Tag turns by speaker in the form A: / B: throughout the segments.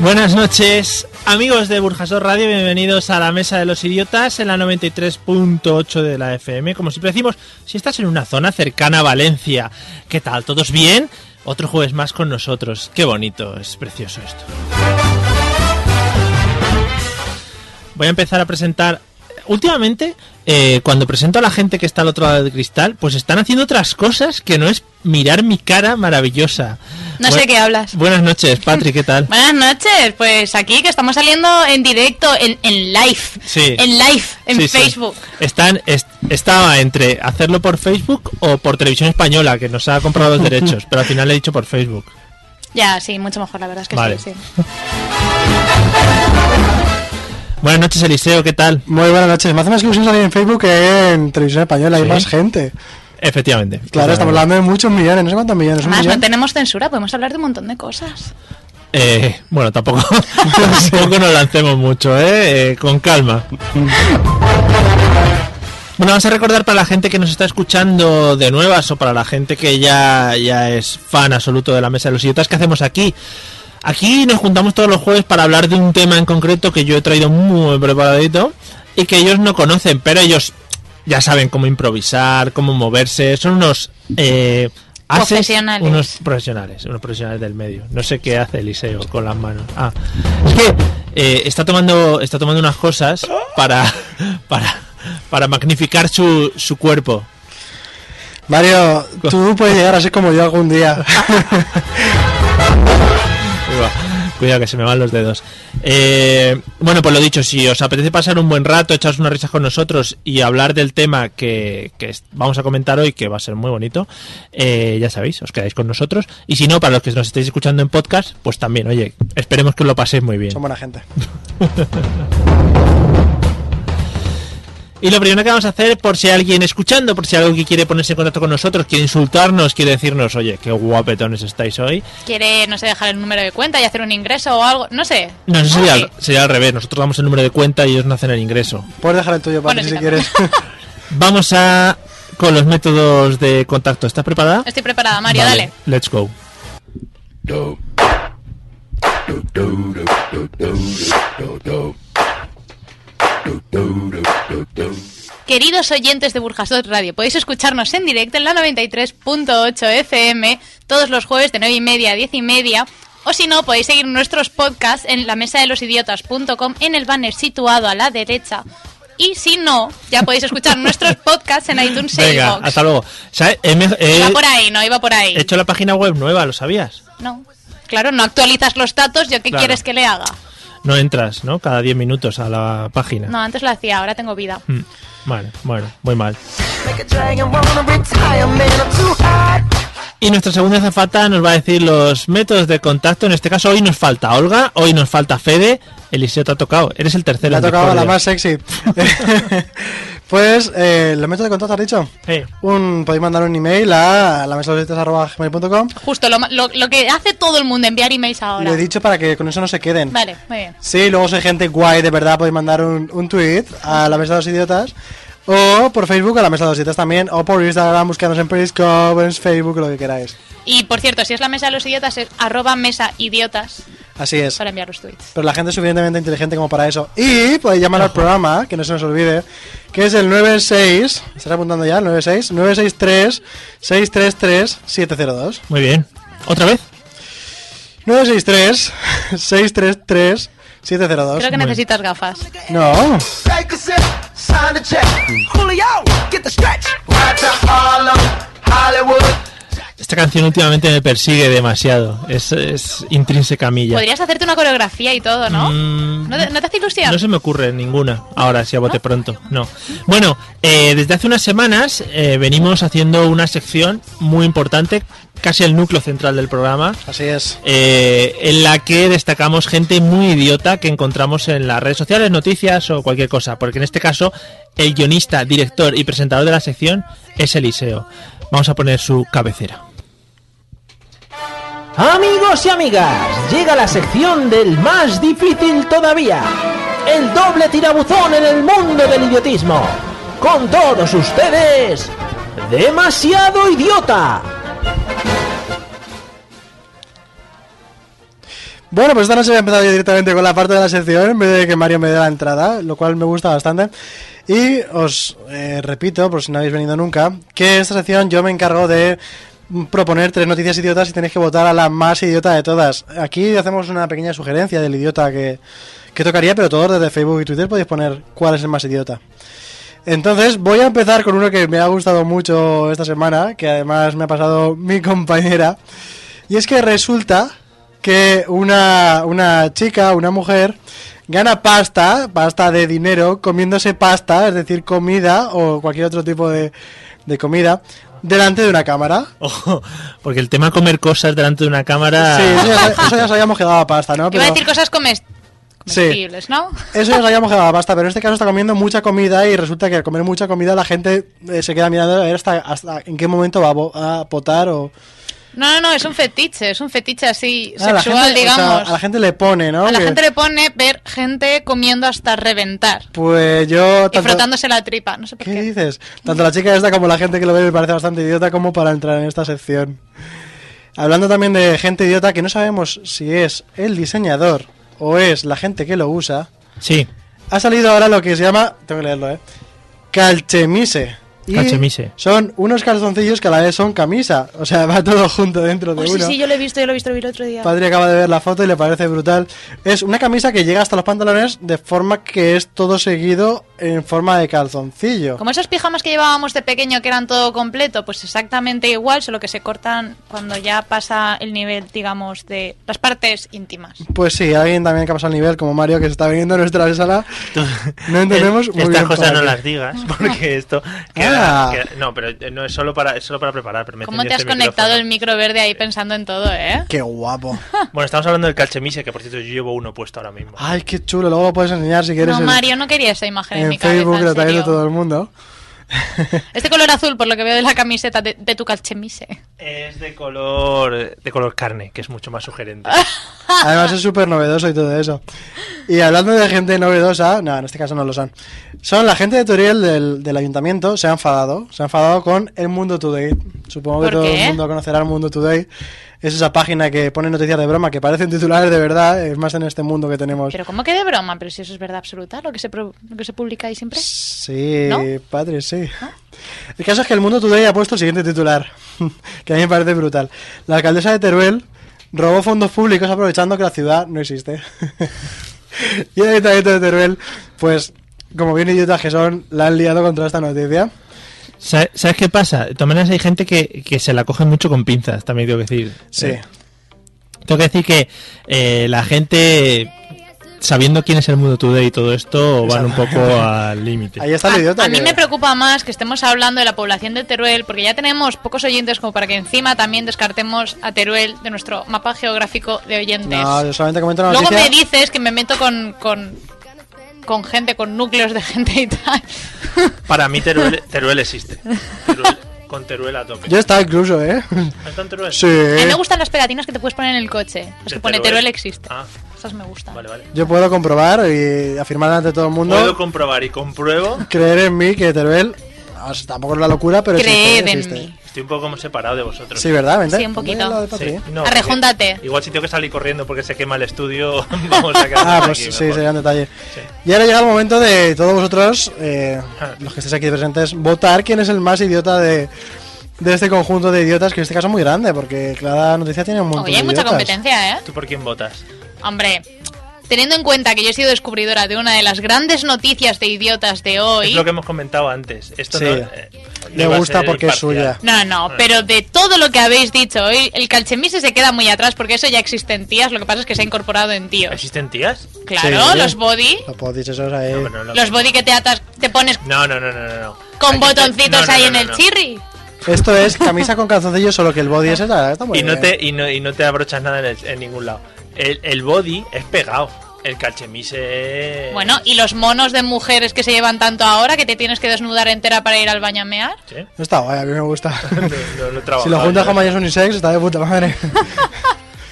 A: Buenas noches, amigos de Burjasor Radio, bienvenidos a la Mesa de los Idiotas en la 93.8 de la FM. Como siempre decimos, si estás en una zona cercana a Valencia, ¿qué tal? ¿Todos bien? Otro jueves más con nosotros. Qué bonito, es precioso esto. Voy a empezar a presentar. Últimamente, eh, cuando presento a la gente que está al otro lado del cristal, pues están haciendo otras cosas que no es mirar mi cara maravillosa.
B: No
A: Buen-
B: sé qué hablas.
A: Buenas noches, Patrick, ¿qué tal?
B: Buenas noches, pues aquí que estamos saliendo en directo, en, en live.
A: Sí.
B: En live, en
A: Sí, sí.
B: Facebook.
A: Están, est- estaba entre hacerlo por Facebook o por Televisión Española, que nos ha comprado los derechos, pero al final he dicho por Facebook.
B: Ya, sí, mucho mejor, la verdad es que
A: Vale. Pues
B: sí. sí.
A: Buenas noches, Eliseo, ¿qué tal?
C: Muy buenas noches. Me hace más ilusión salir en Facebook que en televisión española.
A: ¿Sí? Pues
C: Hay más gente.
A: Efectivamente.
C: Claro, estamos hablando de muchos millones. No sé cuántos millones. Un
B: Además, no
C: millón.
B: tenemos censura, podemos hablar de un montón de cosas.
A: Eh, bueno, tampoco, tampoco nos lancemos mucho, ¿eh? Eh, Con calma. Bueno, vamos a recordar para la gente que nos está escuchando de nuevas o para la gente que ya, ya es fan absoluto de la mesa de los idiotas que hacemos aquí. Aquí nos juntamos todos los jueves para hablar de un tema en concreto que yo he traído muy preparadito y que ellos no conocen, pero ellos ya saben cómo improvisar, cómo moverse, son unos eh, ases,
B: Profesionales.
A: unos profesionales, unos profesionales del medio. No sé qué hace Eliseo con las manos. Ah, es que eh, está tomando está tomando unas cosas para para para magnificar su, su cuerpo.
C: Mario, tú puedes llegar así como yo algún día.
A: Ahí va. Cuidado que se me van los dedos. Eh, bueno, pues lo dicho, si os apetece pasar un buen rato, echaros unas risas con nosotros y hablar del tema que, que es- vamos a comentar hoy, que va a ser muy bonito, eh, ya sabéis, os quedáis con nosotros. Y si no, para los que nos estéis escuchando en podcast, pues también, oye, esperemos que os lo paséis muy bien.
C: Son buena gente.
A: Y lo primero que vamos a hacer, por si hay alguien escuchando, por si hay alguien que quiere ponerse en contacto con nosotros, quiere insultarnos, quiere decirnos, oye, qué guapetones estáis hoy,
B: Quiere, no sé, dejar el número de cuenta y hacer un ingreso o algo, no sé.
A: No, eso sería,
B: Ay.
A: al- sería al revés. Nosotros damos el número de cuenta y ellos no hacen el ingreso.
C: Puedes dejar el tuyo para
B: Bueno,
C: ti
B: sí,
C: si
B: también.
C: quieres.
A: Vamos a con los métodos de contacto. ¿Estás preparada?
B: Estoy preparada, Mario,
A: Vale,
B: dale.
A: Let's go.
B: Queridos oyentes de Burjasot Radio, podéis escucharnos en directo en la 93.8 FM todos los jueves de 9 y media a 10 y media. O si no, podéis seguir nuestros podcasts en la mesa de los idiotas.com en el banner situado a la derecha. Y si no, ya podéis escuchar nuestros podcasts en iTunes e
A: Venga,
B: iVoox.
A: hasta luego. ¿Sabes? He, me- he
B: Iba por ahí, no iba por ahí.
A: hecho la página web nueva, ¿lo sabías?
B: No. Claro, no actualizas los datos, ¿yo qué
A: Claro.
B: quieres que le haga?
A: No entras, ¿no? Cada 10 minutos a la página.
B: No, antes lo hacía, ahora tengo vida.
A: Mm, Vale, bueno, muy mal. Y nuestra segunda azafata nos va a decir los métodos de contacto. En este caso, hoy nos falta Olga, hoy nos falta Fede. Eliseo te ha tocado, eres el tercero.
C: Le ha
A: en
C: tocado a la
A: discordia.
C: más sexy. pues, eh, lo meto de contacto, has dicho.
A: Eh,
C: Un, podéis mandar un email a la
B: Justo, lo, ma- lo- lo que hace todo el mundo, enviar emails ahora.
C: Lo he dicho para que con eso no se queden.
B: Vale, muy bien.
C: Sí, luego soy gente guay, de verdad, podéis mandar un, un tweet a la mesa de los idiotas. O por Facebook a la mesa de los idiotas también. O por Instagram, buscarnos en Periscope, en Facebook, lo que queráis.
B: Y por cierto, si es la mesa de los idiotas, es arroba mesa idiotas.
C: Así es.
B: para enviar los tweets.
C: Pero la gente es suficientemente inteligente como para eso. Y podéis llamar al programa, que no se nos olvide, que es el 96. ¿Estás apuntando ya? El 96 963 633 702.
A: Muy bien. ¿Otra vez?
C: 963 633 702.
B: Creo que necesitas gafas.
C: No.
D: Take a sip, sign the check. Julio, get the stretch. Right to Harlem, Hollywood.
A: Esta canción últimamente me persigue demasiado. Es, es intrínseca a mí ya.
B: Podrías hacerte una coreografía y todo, ¿no?
A: Mm,
B: ¿No, te, no te hace ilusión?
A: No se me ocurre ninguna ahora, si a bote pronto. No. Bueno, eh, desde hace unas semanas eh, venimos haciendo una sección muy importante, casi el núcleo central del programa,
C: Así es.
A: eh, en la que destacamos gente muy idiota que encontramos en las redes sociales, noticias o cualquier cosa. Porque en este caso, el guionista, director y presentador de la sección es Eliseo. Vamos a poner su cabecera.
E: Amigos y amigas, llega la sección del más difícil todavía. El doble tirabuzón en el mundo del idiotismo. Con todos ustedes, demasiado idiota.
C: Bueno, pues esta noche voy a empezar yo directamente con la parte de la sección en vez de que Mario me dé la entrada, lo cual me gusta bastante. Y os eh, repito, por si no habéis venido nunca, que esta sección yo me encargo de mm, proponer tres noticias idiotas y tenéis que votar a la más idiota de todas. Aquí hacemos una pequeña sugerencia del idiota que, que tocaría, pero todos desde Facebook y Twitter podéis poner cuál es el más idiota. Entonces voy a empezar con uno que me ha gustado mucho esta semana, que además me ha pasado mi compañera. Y es que resulta que una, una chica, una mujer, gana pasta, pasta de dinero, comiéndose pasta, es decir, comida o cualquier otro tipo de, de comida, delante de una cámara.
A: Ojo, porque el tema comer cosas delante de una cámara.
C: Sí, eso ya, sa- eso ya sabíamos que daba pasta, ¿no?
B: Iba a
C: Pero-
B: decir cosas comes-
C: Sí.
B: comestibles, ¿no?
C: Eso ya sabíamos que daba pasta, pero en este caso está comiendo mucha comida y resulta que al comer mucha comida la gente eh, se queda mirando a ver hasta, hasta en qué momento va a bo- a, potar o...
B: No, no, no, es un fetiche, es un fetiche así
C: Ah, la
B: sexual,
C: gente- o sea,
B: digamos.
C: a la gente le pone, ¿no?
B: A la
C: Que-
B: gente le pone ver gente comiendo hasta reventar
C: Pues yo...
B: y
C: tanto-
B: frotándose la tripa, no sé por
C: ¿Qué
B: qué.
C: dices? Tanto la chica esta como la gente que lo ve me parece bastante idiota como para entrar en esta sección. Hablando también de gente idiota que no sabemos si es el diseñador o es la gente que lo usa,
A: Sí,
C: ha salido ahora lo que se llama, tengo que leerlo, ¿eh? Calchemise. Y
A: Calchemise.
C: Son unos calzoncillos que a la vez son camisa, o sea, va todo junto dentro de
B: Oh, sí,
C: uno.
B: sí, yo lo he visto, yo lo he visto el otro día.
C: Padre acaba de ver la foto y le parece brutal. Es una camisa que llega hasta los pantalones de forma que es todo seguido en forma de calzoncillo.
B: Como esos pijamas que llevábamos de pequeño que eran todo completo, pues exactamente igual, solo que se cortan cuando ya pasa el nivel, digamos, de las partes íntimas.
C: Pues sí, alguien también que ha pasado el nivel, como Mario, que se está viniendo a nuestra sala. No entendemos muy
F: Estas
C: bien
F: cosas
C: para
F: no
C: qué.
F: las digas, porque esto.
C: Ah.
F: queda- queda- no, pero eh, no es solo para, es solo para preparar. Pero me
B: ¿Cómo
F: encendí
B: te has
F: este
B: conectado el
F: micrófono.
B: micro verde ahí pensando en todo, eh?
C: Qué guapo.
F: Bueno, estamos hablando del calchemise, que por cierto yo llevo uno puesto ahora mismo.
C: Ay, qué chulo. Luego lo puedes enseñar si quieres
B: No,
C: en-
B: Mario, no quería esa imagen en,
C: en,
B: mi
C: Facebook,
B: cabeza.
C: lo
B: en
C: traes de
B: serio.
C: todo el mundo.
B: Este color azul, por lo que veo de la camiseta de, de tu calchemise.
F: Es de color, de color carne, que es mucho más sugerente.
B: Ah.
C: Además es súper novedoso y todo eso. Y hablando de gente novedosa, no, en este caso no lo son. Son la gente de Toriel del, del ayuntamiento, se ha enfadado. Se ha enfadado con El Mundo Today. Supongo que
B: ¿Por
C: todo
B: qué?
C: el mundo conocerá El Mundo Today. Es esa página que pone noticias de broma que parecen titulares de verdad. Es más en este mundo que tenemos.
B: Pero ¿cómo que de broma? Pero si eso es verdad absoluta, lo que se, pro- lo que se publica ahí siempre.
C: Sí,
B: ¿No?
C: padre, sí. El caso es que el mundo today ha puesto el siguiente titular, que a mí me parece brutal. La alcaldesa de Teruel robó fondos públicos aprovechando que la ciudad no existe. y el ayuntamiento de Teruel, pues, como bien idiotas que son, la han liado contra esta noticia.
A: Sa- ¿sabes qué pasa? De todas maneras hay gente que, que se la coge mucho con pinzas, también tengo que decir.
C: Sí.
A: Eh, tengo que decir que eh, la gente, sabiendo quién es el mundo today y todo esto, van un poco al límite.
C: Ahí está el idiota.
B: Ah, A, a mí
C: que-
B: me preocupa más que estemos hablando de la población de Teruel, porque ya tenemos pocos oyentes como para que encima también descartemos a Teruel de nuestro mapa geográfico de oyentes.
C: No, yo solamente comento la
B: Luego
C: noticia.
B: me dices que me meto con, con, con gente, con núcleos de gente y tal.
F: Para mí Teruel, Teruel existe. Teruel- con Teruel a tope.
C: Yo he estado incluso, ¿eh?
F: ¿No está en Teruel?
C: sí.
B: A mí me gustan las pegatinas que te puedes poner en el coche. Las
F: De
B: que pone
F: Teruel.
B: Teruel existe.
F: Ah.
B: Esas me gustan.
F: Vale, vale.
C: Yo puedo comprobar y afirmar ante todo el mundo,
F: Puedo comprobar y compruebo
C: creer en mí que Teruel o sea, tampoco es la locura, pero existe,
B: Creed en
C: existe.
B: mí.
F: Estoy un poco como separado de vosotros.
C: Sí, ¿verdad? Vente.
B: Sí, un poquito.
C: Vente, la de
F: Sí,
C: Patri.
F: no,
B: Arrejúntate.
F: Igual si tengo que salir corriendo porque se quema el estudio, vamos a quedar
C: Ah, pues sí,
F: aquí mejor.
C: sería un detalle.
F: Sí. Ah.
C: Y ahora llega el momento de todos vosotros, eh, los que estéis aquí presentes, votar quién es el más idiota de, de este conjunto de idiotas, que en este caso es muy grande, porque cada noticia tiene un montón
B: Oye, hay
C: de
B: mucha
C: idiotas.
B: competencia, ¿eh?
F: ¿Tú por quién votas?
B: Hombre, teniendo en cuenta que yo he sido descubridora de una de las grandes noticias de idiotas de hoy.
F: Es lo que hemos comentado antes. Esto
C: Sí.
F: no, eh, no
C: Le
F: iba a
C: gusta
F: ser
C: porque es
F: imparcial.
C: suya.
B: No, no, pero de todo lo que habéis dicho hoy, el calchemise se queda muy atrás porque eso ya existe en tías, lo que pasa es que se ha incorporado en tíos.
F: ¿Existen tías?
B: Claro,
C: Sí.
B: los body,
C: Lo podéis esos ahí.
F: No, pero no lo-
B: los body que te atas, te pones
F: No, no, no, no, no, no.
B: con
F: Aquí-
B: botoncitos
F: no, no,
B: ahí
F: no,
B: en
F: no, Eh.
B: el
F: no.
B: chirri.
C: Esto es camisa con calzoncillos, solo que el body ese está, está muy
F: Y no,
C: bien.
F: te, y, no, y no te abrochas nada en, el- en ningún lado. El, el body es pegado. El calchemise. es-
B: Bueno, y los monos de mujeres que se llevan tanto ahora que te tienes que desnudar entera para ir al baño a mear.
F: Sí.
C: No está guay, a mí me gusta.
F: No, ¿eh? no lo he trabajado
C: si lo juntas
F: yo.
C: con mayas unisex, está de puta madre.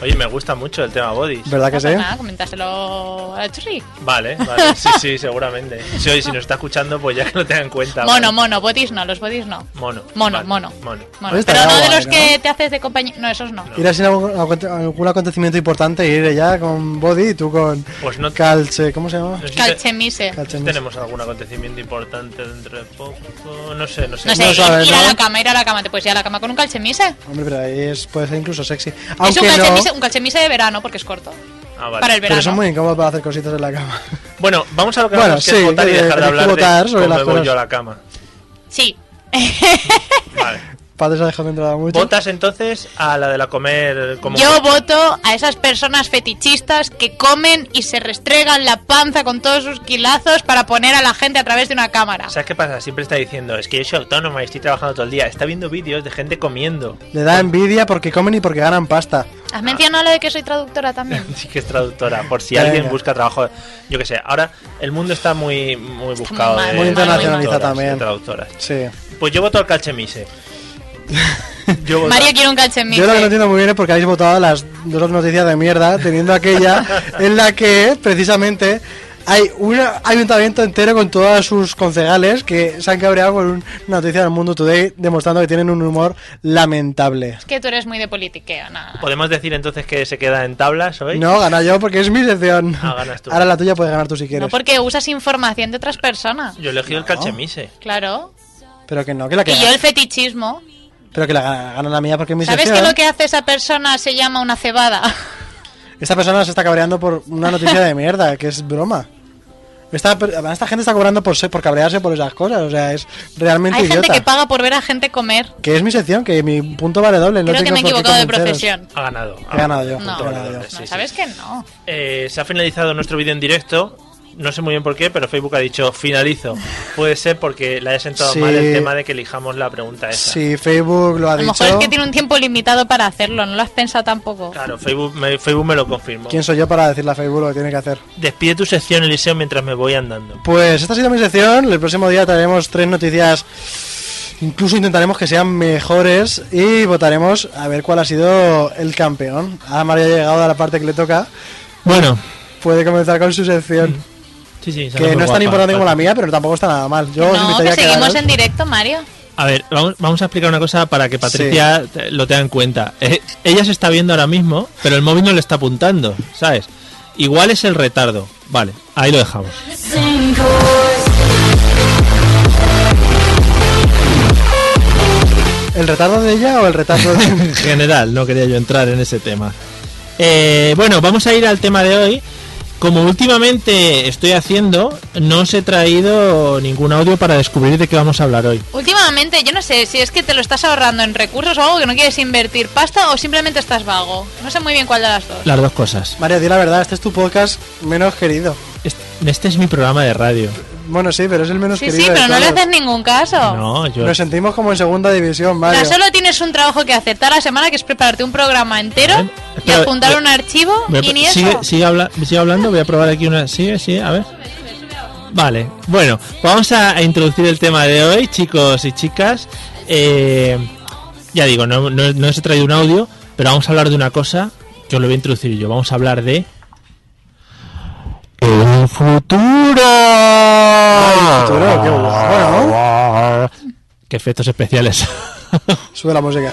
F: Oye, me gusta mucho el tema body.
C: ¿Verdad que
B: No
C: sí?
B: pasa nada, comentáselo al chirri.
F: Vale, vale. Sí, sí, seguramente. Si, oye, si nos está escuchando, pues ya que lo tenga en cuenta.
B: Mono,
F: vale.
B: mono, bodis no, los bodis no.
F: Mono.
B: Mono,
F: vale,
B: mono.
F: Mono.
B: Mono.
C: Oye,
B: Pero
C: estaría
B: no de
C: guay,
B: los
C: ¿no?
B: que te haces de compañía. No, esos no.
C: Ir así a algún, a algún acontecimiento importante, ir ella con body y tú con
F: Pues no-
C: calche, ¿cómo se llama?
F: No sé si te- no sé
B: Calchemise.
F: si
C: Calchemis.
F: tenemos algún acontecimiento importante dentro de poco. No sé, no sé.
B: No sé,
C: No sabes,
B: ir a
C: ¿no?
B: la cama, ir a la cama. Te puedes ir a la cama con un calchemise.
C: Hombre, pero ahí es- puede ser incluso sexy.
B: Es
C: Aunque
B: un calchemise,
C: no,
B: un calchemise de verano porque es corto.
F: Ah, vale.
B: Para el verano.
C: pero son muy incómodos para hacer cositas en la cama.
F: Bueno, vamos a lo que
C: Bueno,
F: vamos, que
C: sí,
F: es votar y
C: que
F: dejar de
C: tenéis que
F: hablar
C: votar
F: de
C: sobre
F: cómo
C: las
F: me voy
C: cosas.
F: yo a la cama.
B: Sí.
F: Vale.
C: Padres ha dejado entrada mucho.
F: ¿Votas entonces a la de la comer como
B: Yo voto a esas personas fetichistas que comen y se restregan la panza con todos sus quilazos para poner a la gente a través de una cámara.
F: ¿Sabes qué pasa? Siempre está diciendo, es que yo soy autónoma y estoy trabajando todo el día. Está viendo vídeos de gente comiendo.
C: Le da envidia porque comen y porque ganan pasta.
B: Has mencionado lo de que soy traductora también.
F: Sí que es traductora, por si
C: Venga.
F: alguien busca trabajo. Yo qué sé, ahora el mundo está muy, muy buscado.
B: mal,
F: de
B: Muy
C: internacionalizado
F: traductoras, de
C: también.
F: traductoras.
C: Sí.
F: Pues yo voto al calchemise. Yo voto-
B: Mario quiere un calchemise.
C: Yo lo que no entiendo muy bien es porque habéis votado las dos noticias de mierda, teniendo aquella en la que precisamente hay un ayuntamiento entero con todos sus concejales que se han cabreado con un- una noticia del Mundo Today demostrando que tienen un humor lamentable.
B: Es que tú eres muy de politiqueo, nada.
F: ¿Podemos decir entonces que se queda en tablas hoy?
C: No, gana yo porque es mi sección.
F: Ah, ganas tú.
C: Ahora la tuya puedes ganar tú si
B: No
C: quieres.
B: porque usas información de otras personas.
F: Yo elegí el calchemise.
B: Claro.
C: Pero que no, que la que
B: Y yo el fetichismo.
C: Pero que la gana, gana la mía porque es mi
B: ¿Sabes que
C: sección.
B: lo que hace esa persona se llama una cebada?
C: Esta persona se está cabreando por una noticia de mierda, que es broma. Esta, per- además, esta gente está cobrando por, ser, por cabrearse por esas cosas, o sea, es realmente
B: Hay
C: idiota.
B: gente que paga por ver a gente comer.
C: Que es mi sección, que mi punto vale doble. No
B: Creo que
C: tengo
B: me he
C: por qué
B: equivocado de
C: convenceros.
B: profesión.
F: Ha ganado.
C: He ganado yo.
B: No,
C: he ganado yo.
B: no,
F: sí, sí.
B: ¿sabes que no?
F: Eh, se ha finalizado nuestro vídeo en directo. No sé muy bien por qué, pero Facebook ha dicho finalizo. Puede ser porque le haya sentado
C: Sí.
F: mal el tema de que elijamos la pregunta esa.
C: Sí, Facebook lo ha
B: A lo
C: dicho.
B: mejor es que tiene un tiempo limitado para hacerlo, no lo has pensado tampoco.
F: Claro, Facebook me, Facebook me lo confirmó.
C: ¿Quién soy yo para decirle a Facebook lo que tiene que hacer?
F: Despide tu sección, Eliseo, mientras me voy andando.
C: Pues esta ha sido mi sección. El próximo día traeremos tres noticias. Incluso intentaremos que sean mejores y votaremos a ver cuál ha sido el campeón. Ahora Mario ha llegado a la parte que le toca.
A: Bueno,
C: Puede comenzar con su sección,
F: Sí, sí,
C: que no es tan importante como la mía, pero tampoco está nada mal. Yo os
B: No,
C: invitaría
B: que
C: a
B: seguimos
C: quedaros.
B: en directo, Mario.
A: A ver, vamos, vamos a explicar una cosa para que Patricia te- lo tenga en cuenta. Eh, ella se está viendo ahora mismo, pero el móvil no le está apuntando, ¿sabes? Igual es el retardo. Vale, ahí lo dejamos.
C: ¿El retardo de ella o el retardo de.?
A: En general, no quería yo entrar en ese tema. Eh, bueno, vamos a ir al tema de hoy. Como últimamente estoy haciendo, no os he traído ningún audio para descubrir de qué vamos a hablar hoy.
B: Últimamente, yo no sé si es que te lo estás ahorrando en recursos o algo que no quieres invertir pasta o simplemente estás vago. No sé muy bien cuál de las dos.
A: Las dos cosas.
C: Mario, di la verdad, este es tu podcast menos querido.
A: Este, este es mi programa de radio.
C: Bueno, sí, pero es el menos
B: Sí,
C: querido.
B: sí,
C: de
B: pero no le
C: todos.
B: haces ningún caso.
A: No, yo...
C: Nos sentimos como en segunda división,
B: O sea,
C: Mario.
B: solo tienes un trabajo que hacer toda la semana, que es prepararte un programa entero
A: Bien.
B: y
A: Espera,
B: apuntar
A: voy-
B: un archivo
A: Voy a
B: y
A: pro-
B: ni
A: sigue,
B: eso.
A: sigue habla- sigue hablando, voy a probar aquí una. Sigue, sigue, a ver. Vale, bueno, vamos a, a introducir el tema de hoy, chicos y chicas. Eh, ya digo, no, no, no os he traído un audio, pero vamos a hablar de una cosa que os lo voy a introducir yo. Vamos a hablar de. El futuro.
C: Ay, futuro, qué guapo, ¿no?
A: Qué efectos especiales.
C: Sube la música.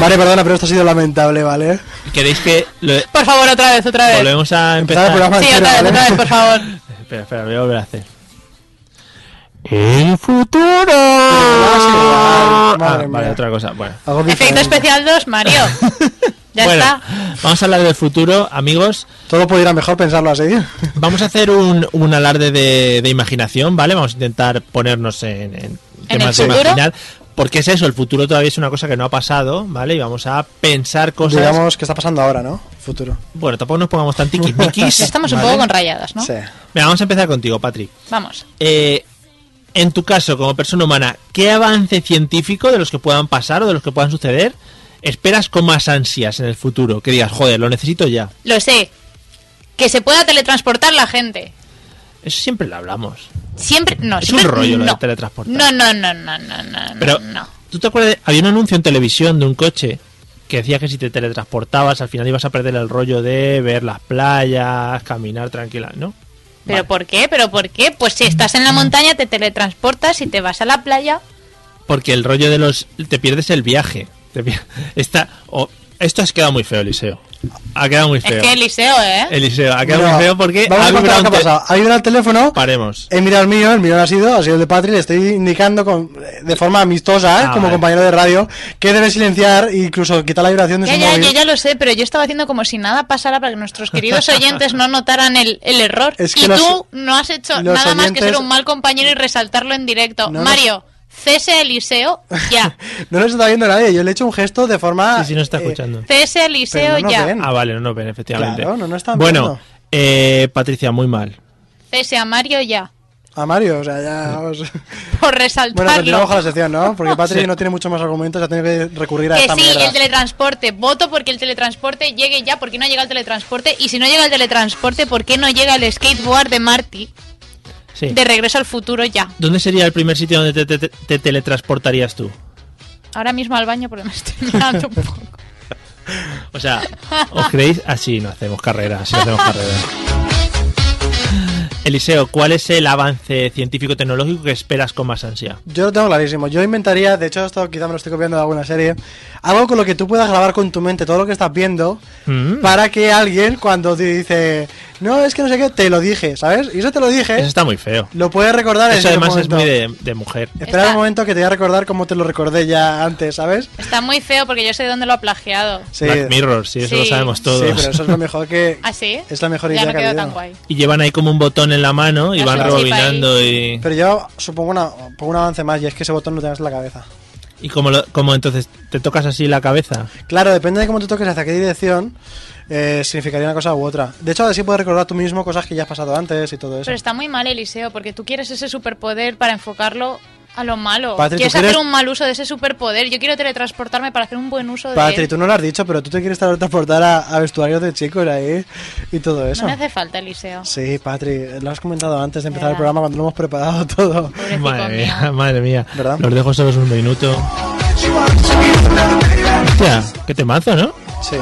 C: Vale, perdona, pero esto ha sido lamentable, ¿vale?
A: ¿Queréis que lo-
B: Por favor, otra vez, otra vez.
A: volvemos a
C: Empezar el
A: empezar?
C: programa
B: Sí,
C: entero,
B: otra vez,
C: ¿vale?
B: otra vez, por favor.
A: Espera, espera, voy a volver a hacer. El futuro. Ah,
C: Madre
A: vale,
C: mía.
A: otra cosa. Bueno.
C: Algo
B: Efecto
C: diferente.
B: especial 2, Mario. Ya
A: Bueno,
B: está.
A: Vamos a hablar del futuro, amigos.
C: Todo pudiera mejor pensarlo así.
A: Vamos a hacer un, un alarde de, de imaginación, ¿vale? Vamos a intentar ponernos en, en temas
B: el
A: de
B: futuro?
A: imaginar. Porque es eso, el futuro todavía es una cosa que no ha pasado, ¿vale? Y vamos a pensar cosas.
C: Digamos que está pasando ahora, ¿no? Futuro.
A: Bueno, tampoco nos pongamos tan tiquismiquis.
B: Ya estamos un
A: ¿vale?
B: poco con rayadas, ¿no?
C: Sí.
A: Venga, vamos a empezar contigo, Patrick.
B: Vamos.
A: Eh, en tu caso, como persona humana, ¿qué avance científico de los que puedan pasar o de los que puedan suceder esperas con más ansias en el futuro? Que digas, joder, lo necesito ya.
B: Lo sé. Que se pueda teletransportar la gente.
A: Eso siempre lo hablamos.
B: Siempre. No,
A: Es
B: siempre
A: un rollo lo de
B: no.
A: teletransportar.
B: No, no, no, no, no, no.
A: Pero,
B: Mm, no.
A: ¿tú te acuerdas? de- Había un anuncio en televisión de un coche que decía que si te teletransportabas al final ibas a perder el rollo de ver las playas, caminar tranquila, ¿no?
B: ¿Pero
A: Vale.
B: por qué? ¿Pero por qué? Pues si estás en la
C: Mm.
B: montaña, te teletransportas y te vas a la playa.
A: Porque el rollo de los... te pierdes el viaje. Te pier- Está... o- esto has quedado muy feo, Eliseo. Ha quedado muy feo.
B: Es que Eliseo, ¿eh?
A: Eliseo, ha quedado
C: Mira,
A: muy feo porque
C: Vamos
A: ha
C: a contar
A: vibrado
C: lo que ha
A: un te-
C: pasado. Eh, Ha vibrado el teléfono.
A: Paremos.
C: He mirado el mío, el mío no ha sido, ha sido el de Patri, le estoy indicando con, de forma amistosa, ¿eh?
A: Ah,
C: como
A: vale.
C: compañero de radio, que debe silenciar e incluso quitar la vibración de
B: Ya,
C: su
B: ya,
C: móvil.
B: yo ya lo sé, pero yo estaba haciendo como si nada pasara para que nuestros queridos oyentes no notaran el, el error.
C: Es que
B: y
C: los-
B: tú no has hecho
C: los
B: nada más que
C: oyentes-
B: ser un mal compañero y resaltarlo en directo.
C: No, no.
B: Mario, cese a Eliseo ya.
C: No nos está viendo nadie, yo le he hecho un gesto de forma...
A: Sí, sí, no está
C: eh,
A: escuchando.
B: Cese a Eliseo
C: Pero no nos
B: ya.
C: ven.
A: Ah, vale, no nos ven, efectivamente.
C: Claro, no nos están
A: bueno,
C: viendo.
A: eh, Patricia, muy mal.
B: Cese a Mario ya.
C: a Mario, o sea, ya... os-
B: Por
C: Bueno, continuamos
B: resaltarlo.
C: con la sección, ¿no? Porque Patri no tiene muchos más argumentos, ha tenido que recurrir a
B: que
C: esta
B: sí,
C: mierda.
B: el teletransporte. Voto porque el teletransporte llegue ya, porque no llega el teletransporte. Y si no llega el teletransporte, ¿por qué no llega el skateboard de Marty
A: Sí.
B: de regreso al futuro ya?
A: ¿Dónde sería el primer sitio donde te, te- te teletransportarías tú?
B: Ahora mismo al baño porque me estoy mirando un poco.
A: O sea, ¿os creéis? Así no hacemos carrera, así no hacemos carrera. Eliseo, ¿cuál es el avance científico-tecnológico que esperas con más ansia?
C: Yo lo tengo clarísimo. Yo inventaría, de hecho, esto quizá me lo estoy copiando de alguna serie, algo con lo que tú puedas grabar con tu mente todo lo que estás viendo
A: Mm.
C: para que alguien, cuando te dice, no, es que no sé qué, te lo dije, ¿sabes? Y eso te lo dije,
A: Eso está muy feo.
C: lo puedes recordar en
A: Eso
C: ese
A: además es
C: momento.
A: muy de, de mujer.
C: Espera
B: Está-
C: un momento que te voy a recordar como te lo recordé ya antes, ¿sabes?
B: Está muy feo porque yo sé de dónde lo ha plagiado.
C: Sí,
A: Black Mirror, sí, eso
B: Sí.
A: lo sabemos todos.
C: Sí, pero eso es lo mejor que...
B: ¿Ah, sí?
C: Es la mejor
B: ya
C: idea
B: no
C: que ha
B: quedó
C: habido.
B: tan guay.
A: Y llevan ahí como un botón en la mano y
B: Es
A: van
B: un chip ahí.
A: rebobinando y...
C: Pero yo supongo una, pongo un avance más y es que ese botón lo tengas en la cabeza.
A: ¿Y como lo, como entonces te tocas así la cabeza?
C: Claro, depende de cómo te toques hacia qué dirección, eh, significaría una cosa u otra. De hecho, así puedes recordar tú mismo cosas que ya has pasado antes y todo eso.
B: Pero está muy mal, Eliseo, porque tú quieres ese superpoder para enfocarlo a lo malo.
C: Patri, ¿tú
B: quieres hacer
C: quieres-
B: un mal uso de ese superpoder. Yo quiero teletransportarme para hacer un buen uso de
C: Patri,
B: él.
C: tú no lo has dicho, pero tú te quieres transportar a, a vestuarios de chicos ahí y todo eso.
B: No me hace falta, Eliseo.
C: Sí, Patri, lo has comentado antes de empezar el
B: Ya.
C: programa cuando lo hemos preparado todo.
B: Pobrecito
A: Madre
B: mío.
A: mía, madre mía.
C: ¿Verdad?
A: Los dejo solos un minuto. Hostia, qué temazo, ¿no?
C: Sí.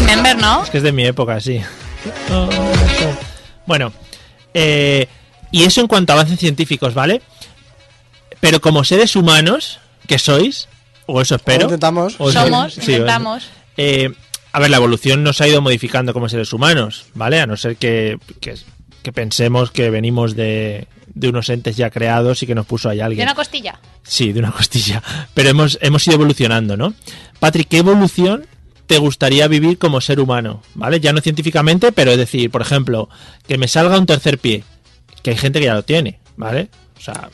B: Remember, ¿no?
A: Es que es de mi época, sí. Bueno, eh, y eso en cuanto a avances científicos, ¿vale? Pero como seres humanos que sois, o eso espero.
C: Lo intentamos.
A: o eso- Pues
B: Somos,
A: sí, o eso.
B: intentamos.
A: Eh, a ver, la evolución nos ha ido modificando como seres humanos, ¿vale? A no ser que, que- que pensemos que venimos de, de unos entes ya creados y que nos puso ahí
B: De
A: alguien.
B: una costilla.
A: Sí, de una costilla. Pero hemos, hemos ido evolucionando, ¿no? Patrick, ¿qué evolución te gustaría vivir como ser humano? ¿Vale? Ya no científicamente, pero es decir, por ejemplo, que me salga un tercer pie, que hay gente que ya lo tiene, ¿vale? O sea,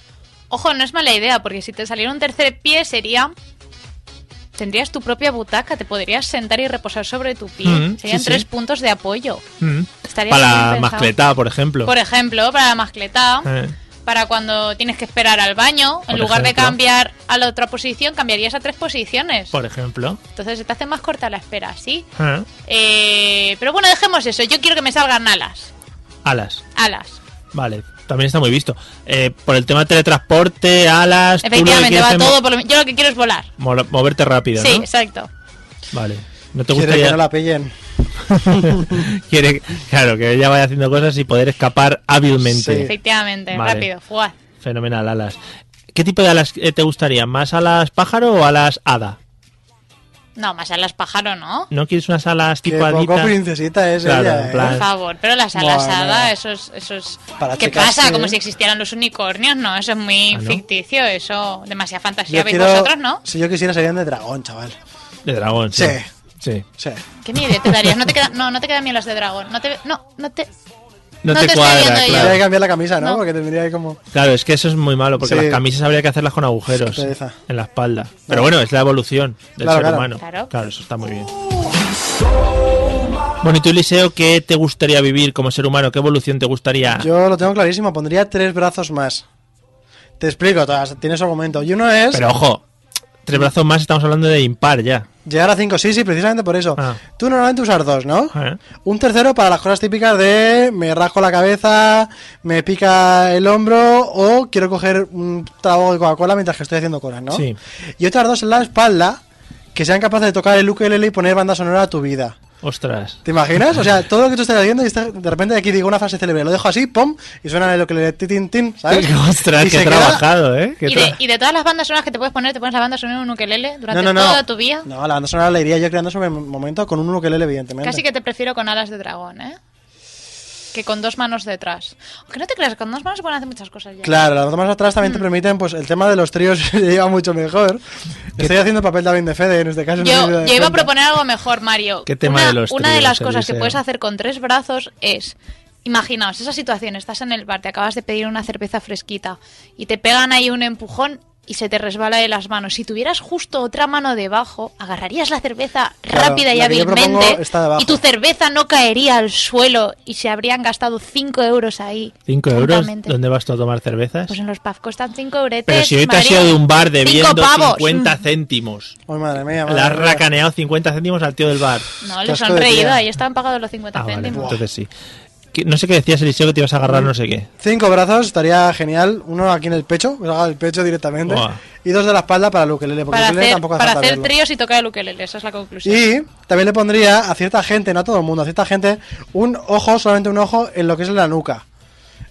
B: Ojo, no es mala idea, porque si te saliera un tercer pie sería... Tendrías tu propia butaca, te podrías sentar y reposar sobre tu pie.
A: Mm,
B: Serían
A: sí, sí.
B: tres puntos de apoyo.
A: mm,
B: Estaría
A: para la
B: bien pensado.
A: mascletá, por ejemplo.
B: Por ejemplo, para la mascleta.
A: Eh,
B: para cuando tienes que esperar al baño,
A: Por
B: en lugar
A: ejemplo.
B: de cambiar a la otra posición, cambiarías a tres posiciones.
A: por ejemplo.
B: Entonces se te hace más corta la espera, ¿sí?
A: Eh,
B: Eh, pero bueno, dejemos eso. Yo quiero que me salgan alas.
A: alas.
B: Alas.
A: Vale, también está muy visto. Eh, por el tema de teletransporte, alas... tú lo que
B: Efectivamente,
A: quieres
B: va
A: es
B: todo por lo mi- Yo lo que quiero es volar.
A: mo- mo- Moverte rápido,
B: Sí,
A: ¿no?
B: exacto.
A: Vale. No te
C: Quiere que
A: gustaría...
C: no la pillen.
A: Quiere, claro, que ella vaya haciendo cosas y poder escapar hábilmente.
B: Efectivamente,
A: Vale.
B: rápido, fuaz.
A: Fenomenal, alas. ¿Qué tipo de alas eh, te gustaría? ¿Más alas pájaro o alas hada?
B: No, más alas pájaro, ¿no?
A: ¿No quieres unas alas
C: Qué
A: tipo
C: poco
A: hadita?
C: princesita es
A: Claro,
C: ella,
A: en
C: ¿eh?
A: plan-
B: Por favor, pero las alas
C: Bueno.
B: hada, eso es... Eso es
C: Para
B: ¿Qué
C: chicas,
B: pasa?
C: sí.
B: Como si existieran los unicornios, ¿no? Eso es muy
A: Ah, ¿no?
B: ficticio, eso... Demasiada fantasía,
C: Yo
B: ¿veis
C: quiero-
B: vosotros, no?
C: Si yo quisiera serían de dragón, chaval.
A: De dragón, sí.
C: Sí.
A: Sí.
C: Sí.
B: ¿Qué miedo te darías? No te quedan, no, no te quedan bien las de dragón. No te, no, no te.
A: No,
B: No
A: te,
B: te estoy
A: cuadra,
B: viendo yo.
C: Tendría que
A: claro.
C: cambiar la camisa, ¿no?
B: No.
C: Porque tendría que como...
A: Claro, es que eso es muy malo, porque
C: Sí.
A: las camisas habría que hacerlas con agujeros
C: Qué pereza.
A: en la espalda. Pero bueno, es la evolución del
C: Claro,
A: ser
C: claro.
A: humano.
B: Claro.
A: eso está muy bien. Bueno, y tú, Eliseo, ¿qué te gustaría vivir como ser humano? ¿Qué evolución te gustaría?
C: Yo lo tengo clarísimo, pondría tres brazos más. Te explico, todas- tienes argumento. Y uno es
A: Pero ojo, tres brazos más estamos hablando de impar ya.
C: llegar a cinco. Sí, sí, precisamente por eso.
A: Ah.
C: Tú normalmente usas dos, ¿no?
A: Ah,
C: Un tercero para las cosas típicas de me rasco la cabeza, me pica el hombro o quiero coger un trago de Coca-Cola mientras que estoy haciendo cosas, ¿no?
A: Sí.
C: Y otras dos en la espalda que sean capaces de tocar el ukelele y poner banda sonora a tu vida.
A: Ostras.
C: ¿Te imaginas? O sea, todo lo que tú estás haciendo y está- de repente aquí digo una frase célebre, lo dejo así, pum, y suena el ukelele, ti, tin, tin, ¿sabes?
A: Ostras,
C: ¿Eh? Y
A: qué
C: se queda-
A: trabajado, ¿eh? Qué
B: Y de,
A: tra-
B: y de todas las bandas sonoras que te puedes poner, te pones la banda sonora en un ukelele durante toda tu vida.
C: No, la banda sonora la iría yo creando sobre el momento con un ukelele, evidentemente.
B: Casi que te prefiero con alas de dragón, ¿eh? Que con dos manos detrás. Aunque no te creas, con dos manos se pueden hacer muchas cosas ya.
C: Claro, las notas más atrás también
B: Mm.
C: te permiten, pues el tema de los tríos se lleva mucho mejor. Estoy haciendo el papel también de Fede en este caso. no me
B: Yo,
C: doy
B: yo iba a
C: cuenta.
B: proponer algo mejor, Mario.
A: ¿Qué tema
B: una
A: de los eh.
B: una de
A: tríos,
B: las cosas que
A: Eliseo?
B: puedes hacer con tres brazos es. Imaginaos esa situación, estás en el bar, te acabas de pedir una cerveza fresquita y te pegan ahí un empujón y se te resbala de las manos. Si tuvieras justo otra mano debajo, agarrarías la cerveza
C: Claro,
B: rápida y
C: la que yo propongo
B: hábilmente
C: está debajo.
B: y tu cerveza no caería al suelo y se habrían gastado 5 euros ahí.
A: ¿Cinco euros?
B: Tontamente.
A: ¿Dónde vas tú a tomar cervezas?
B: Pues en los pubs costan 5 euretes.
A: Pero si hoy te has
B: María.
A: ido de un bar
B: Cinco
A: debiendo
B: pavos. Mm.
A: 50 céntimos.
C: Ay, madre mía, madre
A: Le has
C: mía.
A: racaneado 50 céntimos al tío del bar.
B: No,
C: Qué
B: les
C: asco
B: han
C: de
B: reído,
C: tía.
B: ahí estaban pagados los 50
A: Ah, vale,
B: céntimos.
A: entonces sí. Que- No sé qué decías, Eliseo, que te ibas a
C: Mm.
A: agarrar no sé qué.
C: Cinco brazos estaría genial. Uno aquí en el pecho, que salga del pecho directamente.
A: Buah.
C: Y dos de la espalda para el ukelele, porque
B: para
C: el ukelele
B: hacer,
C: tampoco hace
B: para
C: falta
B: hacer
C: verlo.
B: tríos y tocar el ukelele, esa es la conclusión.
C: Y también le pondría a cierta gente, no a todo el mundo, a cierta gente, un ojo, solamente un ojo, en lo que es la nuca.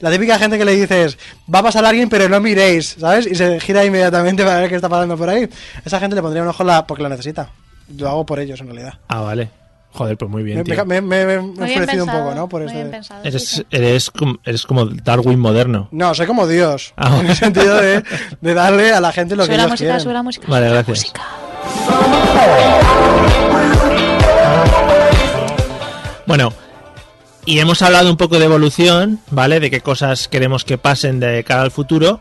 C: La típica gente que le dices, va a pasar alguien, pero no miréis, ¿sabes? Y se gira inmediatamente para ver qué está pasando por ahí. Esa gente le pondría un ojo en la, porque la necesita. Lo hago por ellos, en realidad.
A: Ah, vale. Joder, pues muy bien,
C: Me,
A: tío.
C: me, me, me- me he
B: Muy bien
C: enfurecido un
B: pensado,
C: poco, ¿no? Por
B: muy
C: esto
B: bien
C: de-
B: pensado, sí,
A: Eres,
B: sí.
A: eres, como, eres como Darwin moderno.
C: No, soy como Dios.
A: Ah.
C: En el sentido de, de darle a la gente lo
B: Sube
C: que
B: la
C: ellos
B: música,
C: quieren.
B: sube la música.
A: Vale,
B: sube la
A: gracias.
B: música.
A: Bueno, y hemos hablado un poco de evolución, ¿vale? De qué cosas queremos que pasen de cara al futuro.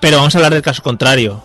A: Pero vamos a hablar del caso contrario.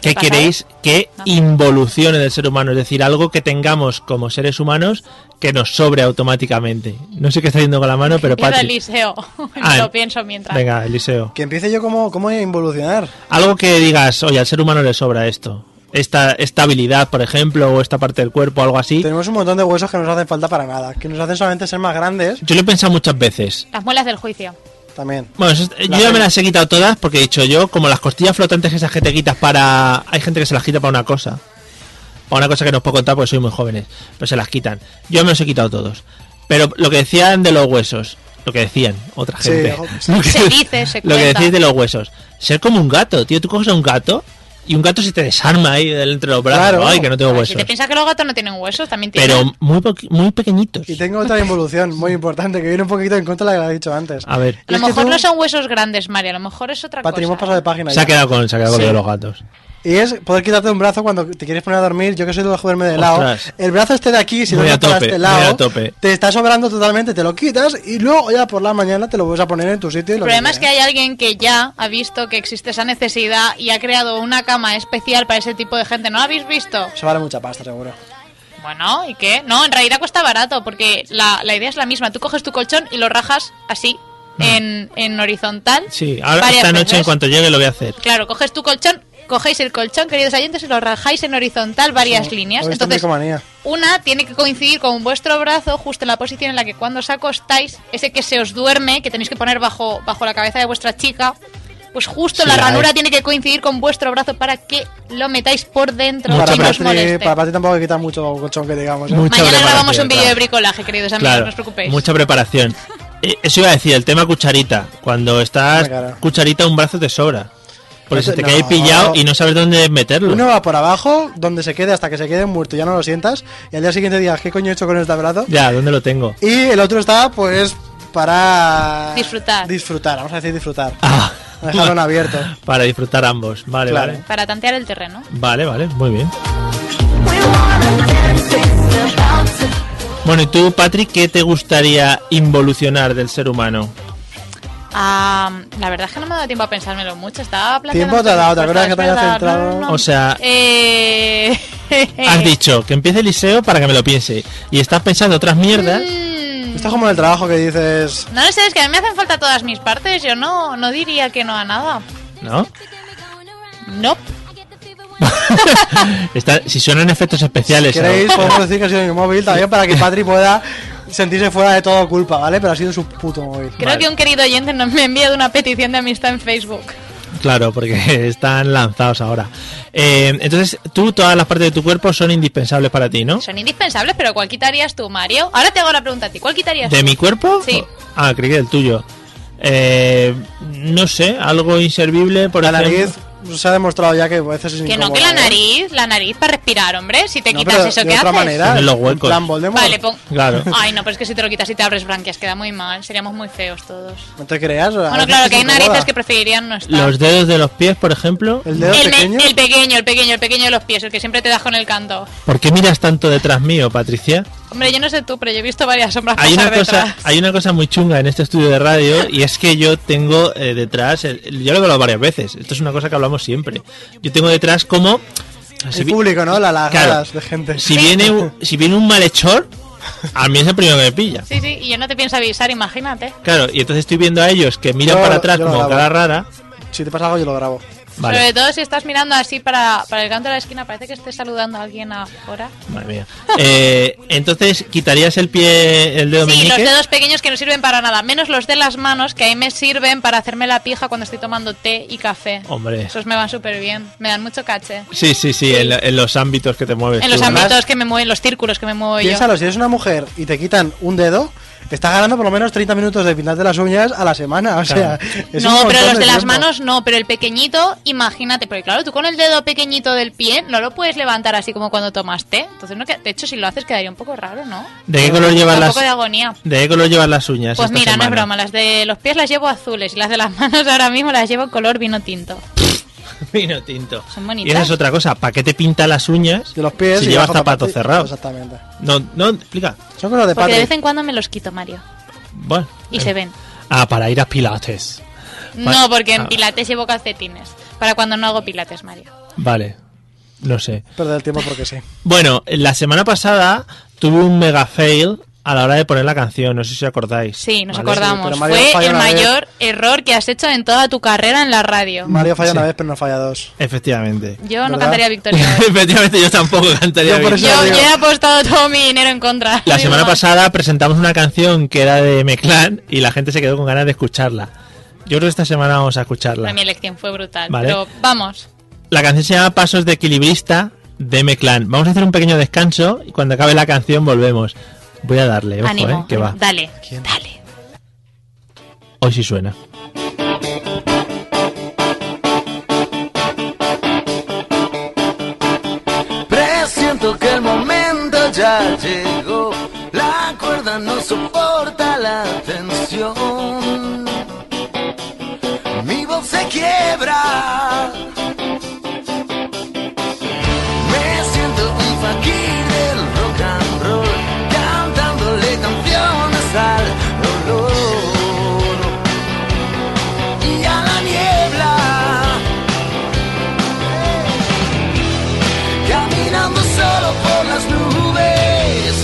A: ¿Qué
B: pasado?
A: queréis que
B: No.
A: involucione del ser humano? Es decir, algo que tengamos como seres humanos que nos sobre automáticamente. No sé qué está yendo con la mano, pero
B: Empieza el
A: Patrick.
B: liceo.
A: Ah,
B: Lo pienso mientras.
A: Venga, Eliseo.
C: Que empiece yo como, como a involucionar.
A: Algo que digas, oye, al ser humano le sobra esto. Esta, esta habilidad, por ejemplo, o esta parte del cuerpo, algo así.
C: Tenemos un montón de huesos que no nos hacen falta para nada. Que nos hacen solamente ser más grandes
A: Yo lo he pensado muchas veces.
B: Las muelas del juicio.
C: también.
A: Bueno, eso es- yo
C: La
A: ya me
C: re-
A: las he quitado todas porque he dicho yo, como las costillas flotantes esas que te quitas para... Hay gente que se las quita para una cosa. Para una cosa que no os puedo contar porque soy muy jóvenes. Pero se las quitan. Yo me los he quitado todos. Pero lo que decían de los huesos. Lo que decían otra
C: Sí,
A: gente.
C: ojo,
A: Lo que-
B: Se dice, se
A: Lo que
B: cuenta.
A: decís de los huesos. Ser como un gato, tío. Tú coges a un gato y un gato se te desarma ahí del- entre los brazos.
C: Claro.
A: Ay, que no tengo
B: Ay,
A: huesos.
B: Si te piensas que los gatos no tienen huesos, también tienen.
A: Pero muy, poqui- muy pequeñitos.
C: Y tengo otra involución muy importante que viene un poquito en contra de la que has dicho antes.
A: A ver.
B: A lo
C: Y es que
B: mejor
C: tú-
B: no son huesos grandes, María. A lo mejor es otra
C: Patri, hemos
B: cosa.
C: pasado de página.
A: Se ha
C: ya.
A: quedado con, se ha quedado con lo de los gatos.
C: Y es poder quitarte un brazo cuando te quieres poner a dormir. Yo que soy de duerme de lado.
A: Ostras.
C: El brazo este de aquí, si
A: Muy
C: lo
A: a
C: metes para
A: tope,
C: este
A: muy
C: lado,
A: a tope.
C: te está sobrando totalmente, te lo quitas y luego ya por la mañana te lo vuelves a poner en tu sitio. Y
B: El
C: lo
B: problema es que
C: quieres.
B: hay alguien que ya ha visto que existe esa necesidad y ha creado una cama especial para ese tipo de gente. ¿No lo habéis visto?
C: Eso vale mucha pasta, seguro.
B: Bueno, ¿y qué? No, en realidad cuesta barato, porque la, la idea es la misma. Tú coges tu colchón y lo rajas así, en, en horizontal.
A: Ah. Sí, ahora
B: varias
A: esta noche
B: veces.
A: en cuanto llegue lo voy a hacer.
B: Claro, coges tu colchón, cogéis el colchón, queridos oyentes, y lo rajáis en horizontal varias
C: Como-
B: líneas.
C: lo he visto en
B: Entonces,
C: Bricomanía.
B: una tiene que coincidir con vuestro brazo, justo en la posición en la que cuando os acostáis, ese que se os duerme, que tenéis que poner bajo, bajo la cabeza de vuestra chica, pues justo
A: Sí,
B: la
A: hay.
B: ranura tiene que coincidir con vuestro brazo para que lo metáis por dentro
A: Mucha
B: y no os
C: Patri,
B: moleste.
C: para Patri tampoco hay que quitar mucho colchón que digamos. ¿eh?
A: Muy- Mucha
B: Mañana
A: preparación,
B: grabamos un vídeo de
A: claro.
B: bricolaje, queridos amigos, no os preocupéis.
A: Mucha preparación. Eh, Eso iba a decir, el tema cucharita. Cuando estás
C: Hombre, claro.
A: cucharita, un brazo te sobra. Por
C: No
A: eso
C: te-
A: te quedas
C: no.
A: pillado y no sabes dónde meterlo.
C: Uno va por abajo, donde se quede hasta que se quede muerto, ya no lo sientas. Y al día siguiente digas, ¿qué coño he hecho con este brazo?
A: Ya, ¿dónde lo tengo?
C: Y el otro está, pues, para.
B: Disfrutar.
C: Disfrutar, vamos a decir disfrutar.
A: Ah.
C: Dejarlo en abierto.
A: Para disfrutar ambos. Vale,
C: Claro.
A: vale.
B: Para tantear el terreno.
A: Vale, vale, muy bien. Bueno, ¿y tú, Patrick, qué te gustaría involucionar del ser humano?
B: Ah, la verdad es que no me ha dado tiempo a pensármelo mucho. Estaba planteando.
C: Tiempo te ha dado, ¿te acuerdas que te habías
B: habías
C: centrado?
A: O sea,
B: Eh...
A: has dicho que empiece el liceo para que me lo piense. Y estás pensando otras mierdas.
B: Mm,
C: Está como en el trabajo que dices.
B: No lo sé, es que a mí me hacen falta todas mis partes. Yo no, no diría que no a nada.
A: ¿No?
B: No.
A: Está- si suenan efectos especiales.
C: ¿Queréis?
A: ¿no?
C: Podemos decir que ha sido mi móvil también para que Patri pueda sentirse fuera de todo culpa, ¿vale? Pero ha sido su puto móvil.
B: Creo
A: Vale.
B: que un querido oyente nos me ha enviado una petición de amistad en Facebook.
C: pues-
A: Claro, porque están lanzados ahora. Eh, entonces, tú, todas las partes de tu cuerpo son indispensables para ti, ¿no?
B: Son indispensables, pero ¿cuál quitarías tú, Mario? Ahora te hago la pregunta a ti. ¿Cuál quitarías
A: ¿De
B: tú?
A: mi cuerpo?
B: Sí.
A: Ah, creí que del tuyo. Eh, no sé, algo inservible, por
C: La
A: ejemplo.
C: nariz se ha demostrado ya que a veces es
B: Que no,
C: incómoda,
B: que la
C: ¿eh?
B: nariz, la nariz para respirar, hombre. Si te
C: No,
B: quitas
C: pero
B: eso,
C: de
B: ¿qué haces?
C: otra manera.
A: En los
C: en
A: huecos.
C: plan Voldemort.
B: Vale, pon...
A: Claro.
B: Ay, no, pero es que si te lo quitas y te abres branquias queda muy mal. Seríamos muy feos todos.
C: Ah, No te creas. a
B: Bueno,
C: veces
B: claro,
C: es
B: que hay
C: incómoda.
B: narices que preferirían no estar.
A: Los dedos de los pies, por ejemplo.
C: El dedo
B: el, me-
C: pequeño.
B: el pequeño, el pequeño, el pequeño de los pies, el que siempre te das con el canto.
A: ¿Por qué miras tanto detrás mío, Patricia?
B: Hombre, yo no sé tú, pero yo he visto varias sombras
A: Hay
B: pasar
A: una, cosa,
B: detrás.
A: hay una cosa muy chunga en este estudio de radio y es que yo tengo eh, detrás, el- yo lo he hablado varias veces, esto es una cosa que hablamos siempre, yo tengo detrás como... si
C: El
A: vi-
C: público, ¿no? Las las
A: Claro.
C: galas de gente.
A: si viene, un- si viene un malhechor, a mí es el primero que me pilla.
B: Sí, sí, y yo no te pienso avisar, imagínate.
A: Claro, y entonces estoy viendo a ellos que miran
C: Yo-
A: para atrás
C: yo lo
A: como
C: grabo.
A: cara rara.
C: Si te pasa algo, yo lo grabo.
A: Vale,
B: Sobre todo si estás mirando así para, para el canto de la esquina, parece que estés saludando a alguien afuera.
A: madre mía. Eh, entonces, ¿quitarías el pie, el dedo
B: Sí, los
A: meñique?
B: dedos pequeños que no sirven para nada, menos los de las manos, que ahí me sirven para hacerme la pija cuando estoy tomando té y café.
A: Hombre.
B: Esos me van súper bien, me dan mucho caché.
A: Sí, sí, sí, en, la- en los ámbitos que te mueves.
B: En
A: Pues tú,
B: los
A: ¿no?
B: ámbitos que me mueven, los círculos que me muevo yo.
C: Piénsalo, si eres una mujer y te quitan un dedo, estás ganando por lo menos 30 minutos de pintarte las uñas a la semana. O sea, es un
B: No, pero
C: montón
B: los de las
C: tiempo.
B: manos no, pero el pequeñito, imagínate, porque claro, tú con el dedo pequeñito del pie no lo puedes levantar así como cuando tomas té. Entonces, no, que- de hecho, si lo haces quedaría un poco raro, ¿no?
A: ¿De qué color llevas
B: Un
A: las
B: poco de agonía.
A: ¿De qué color llevas las uñas?
B: Pues
A: esta
B: mira, no es
A: semana?
B: broma, las de los pies las llevo azules y las de las manos ahora mismo las llevo en color vino tinto.
A: Vino tinto.
B: Son bonitas.
A: Y esa es otra cosa. ¿Para qué te pinta las uñas
C: De los pies.
A: si
C: y
A: llevas
C: bajo
A: zapatos
C: zapati-
A: cerrados?
C: Exactamente.
A: No, no, explica.
C: Son cosas de
B: Porque de
C: Patrick.
B: vez en cuando me los quito, Mario.
A: Bueno.
B: Y se ven.
A: Ah, para ir a pilates.
B: No, porque
A: Ah.
B: en pilates llevo calcetines. Para cuando no hago pilates, Mario.
A: Vale. No sé.
C: Perder el tiempo porque sí.
A: Bueno, la semana pasada tuve un mega fail a la hora de poner la canción. No sé si acordáis.
B: Sí, nos
A: ¿Vale?
C: sí,
B: acordamos.
C: pero Mario
B: Fue
C: falló
B: el
C: una vez.
B: mayor error que has hecho en toda tu carrera en la radio.
C: Mario falla
A: Sí.
C: una vez, pero no falla dos.
A: Efectivamente.
B: Yo no
C: ¿Verdad?
B: cantaría Victoria. hoy.
A: Efectivamente, yo tampoco cantaría.
C: Yo por
A: bien.
C: eso-
B: Yo,
C: digo.
B: yo he apostado todo mi dinero en contra.
A: La
B: Mi
A: semana
B: mamá.
A: pasada presentamos una canción que era de Meclan y la gente se quedó con ganas de escucharla. Yo creo que esta semana vamos a escucharla.
B: Pero Mi elección fue brutal.
A: Vale.
B: Pero vamos.
A: La canción se llama Pasos de Equilibrista de Meclan. Vamos a hacer un pequeño descanso y cuando acabe la canción volvemos. Voy a darle, ojo,
B: ánimo.
A: eh, que va.
B: Dale. Dale.
A: Hoy sí suena.
D: Presiento que el momento ya llegó. La cuerda no soporta la tensión. Mi voz se quiebra. Me siento un fakir del rock and roll, cantándole canciones al dolor y a la niebla. caminando solo por las nubes.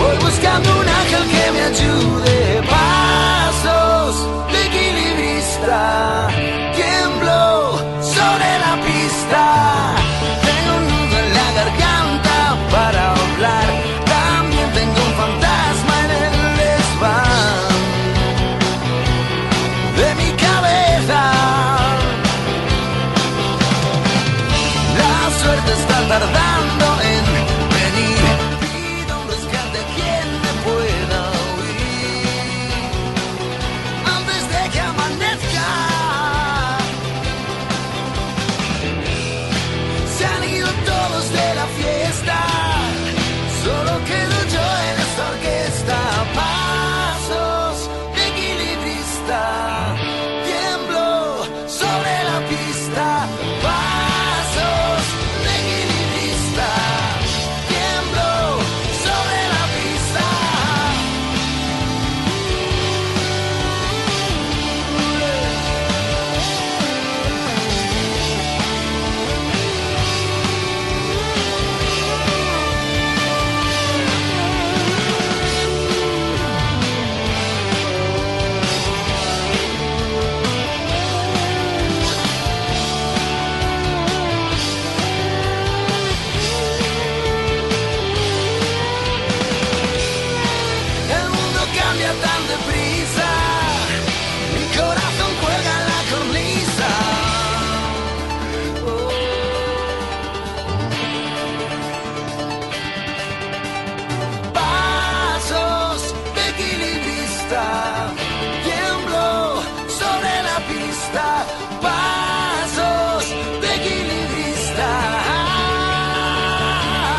D: Voy buscando un ángel que me ayude. Pasos de equilibrista, tiemblo, son Oh.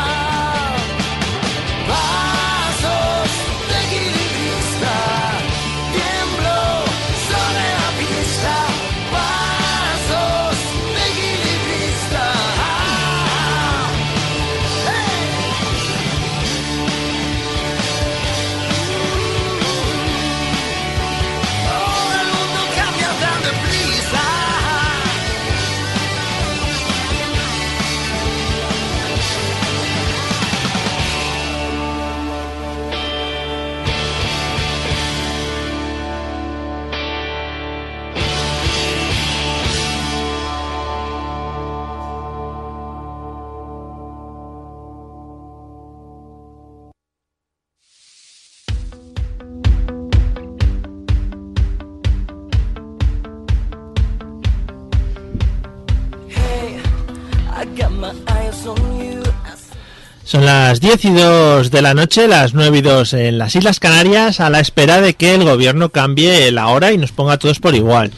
A: Son las 10 y 2 de la noche, las 9 y 2 en las Islas Canarias, a la espera de que el gobierno cambie la hora y nos ponga a todos por igual.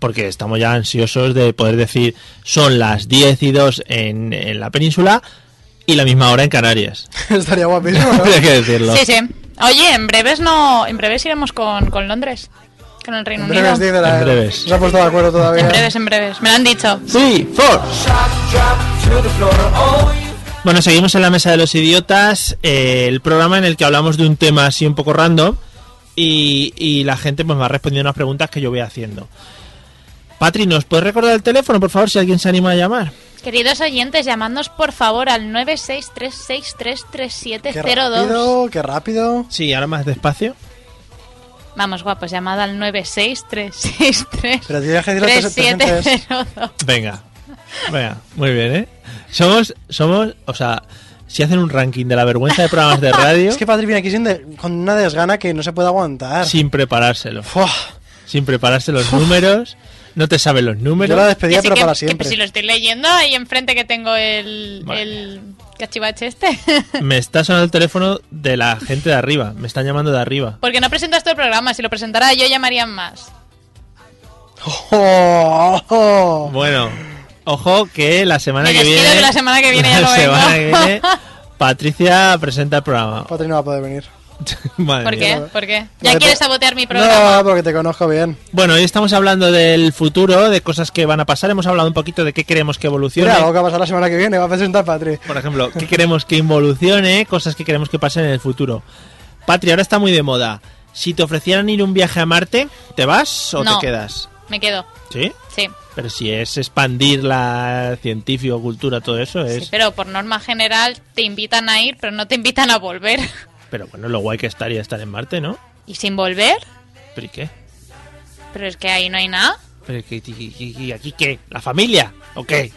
A: Porque estamos ya ansiosos de poder decir son las 10 y 2 en, en la península y la misma hora en Canarias.
C: Estaría guapísimo, ¿no?
A: Hay que decirlo.
B: Sí, sí. Oye, en breves no, en breves iremos con, con Londres, con el Reino
C: En
B: Unido.
C: breves, dice la-
A: En breves.
C: eh, No se ha puesto de acuerdo todavía.
B: En breves, en breves. Me lo han dicho.
A: Three, four.
D: Oh,
A: Bueno, seguimos en la mesa de los idiotas, eh, el programa en el que hablamos de un tema así un poco random y, y la gente pues me va respondiendo unas preguntas que yo voy haciendo. Patri, ¿nos puedes recordar el teléfono, por favor, si alguien se anima a llamar?
B: Queridos oyentes, llamadnos por favor al
C: Qué
B: 963633702.
C: rápido, qué rápido.
A: Sí, ahora más despacio.
B: Vamos, guapos, llamada al 963633702.
C: Pero tienes que decirlo tres- tres veces.
A: Venga, venga, muy bien, ¿eh? Somos, somos, o sea, si hacen un ranking de la vergüenza de programas de radio
C: Es que Patrick viene aquí sin de- con una desgana que no se puede aguantar.
A: sin preparárselo,
C: Fua.
A: sin prepararse los números, no te saben los números.
C: Yo la despedía, pero para
B: Que,
C: siempre.
B: si lo estoy leyendo, ahí enfrente que tengo el,
A: Madre
B: el cachivache este.
A: Me está sonando el teléfono de la gente de arriba. Me están llamando de arriba.
B: Porque no presentas tu programa, si lo presentara yo llamarían más.
C: Oh, oh.
A: Bueno, ojo que la semana que
B: Me despido,
A: viene.
B: que la semana que viene ya
A: la
B: no vengo.
A: semana que viene, Patricia presenta el programa.
C: Patrick no va a poder venir.
A: Madre
B: ¿Por
A: mía.
B: qué? ¿Por qué? ¿Ya
C: Vale,
B: quieres
C: pero-
B: sabotear mi programa?
C: No, porque te conozco bien.
A: Bueno, hoy estamos hablando del futuro, de cosas que van a pasar. Hemos hablado un poquito de qué queremos que evolucione.
C: Mira, algo que va a pasar la semana que viene, va a presentar Patrick.
A: Por ejemplo, qué queremos que involucione, cosas que queremos que pasen en el futuro. Patria, ahora está muy de moda. Si te ofrecieran ir un viaje a Marte, ¿te vas o
B: No.
A: te quedas?
B: Me quedo,
A: ¿Sí?
B: sí.
A: Pero si es expandir la científico, cultura, todo eso
B: Sí,
A: es...
B: Pero por norma general te invitan a ir, pero no te invitan a volver.
A: Pero bueno, lo guay que estaría estar en Marte, ¿no?
B: ¿Y sin volver?
A: ¿Pero y qué?
B: Pero es que ahí no hay nada.
A: ¿Pero y qué- y- y- y aquí qué? ¿La familia? ¿O qué?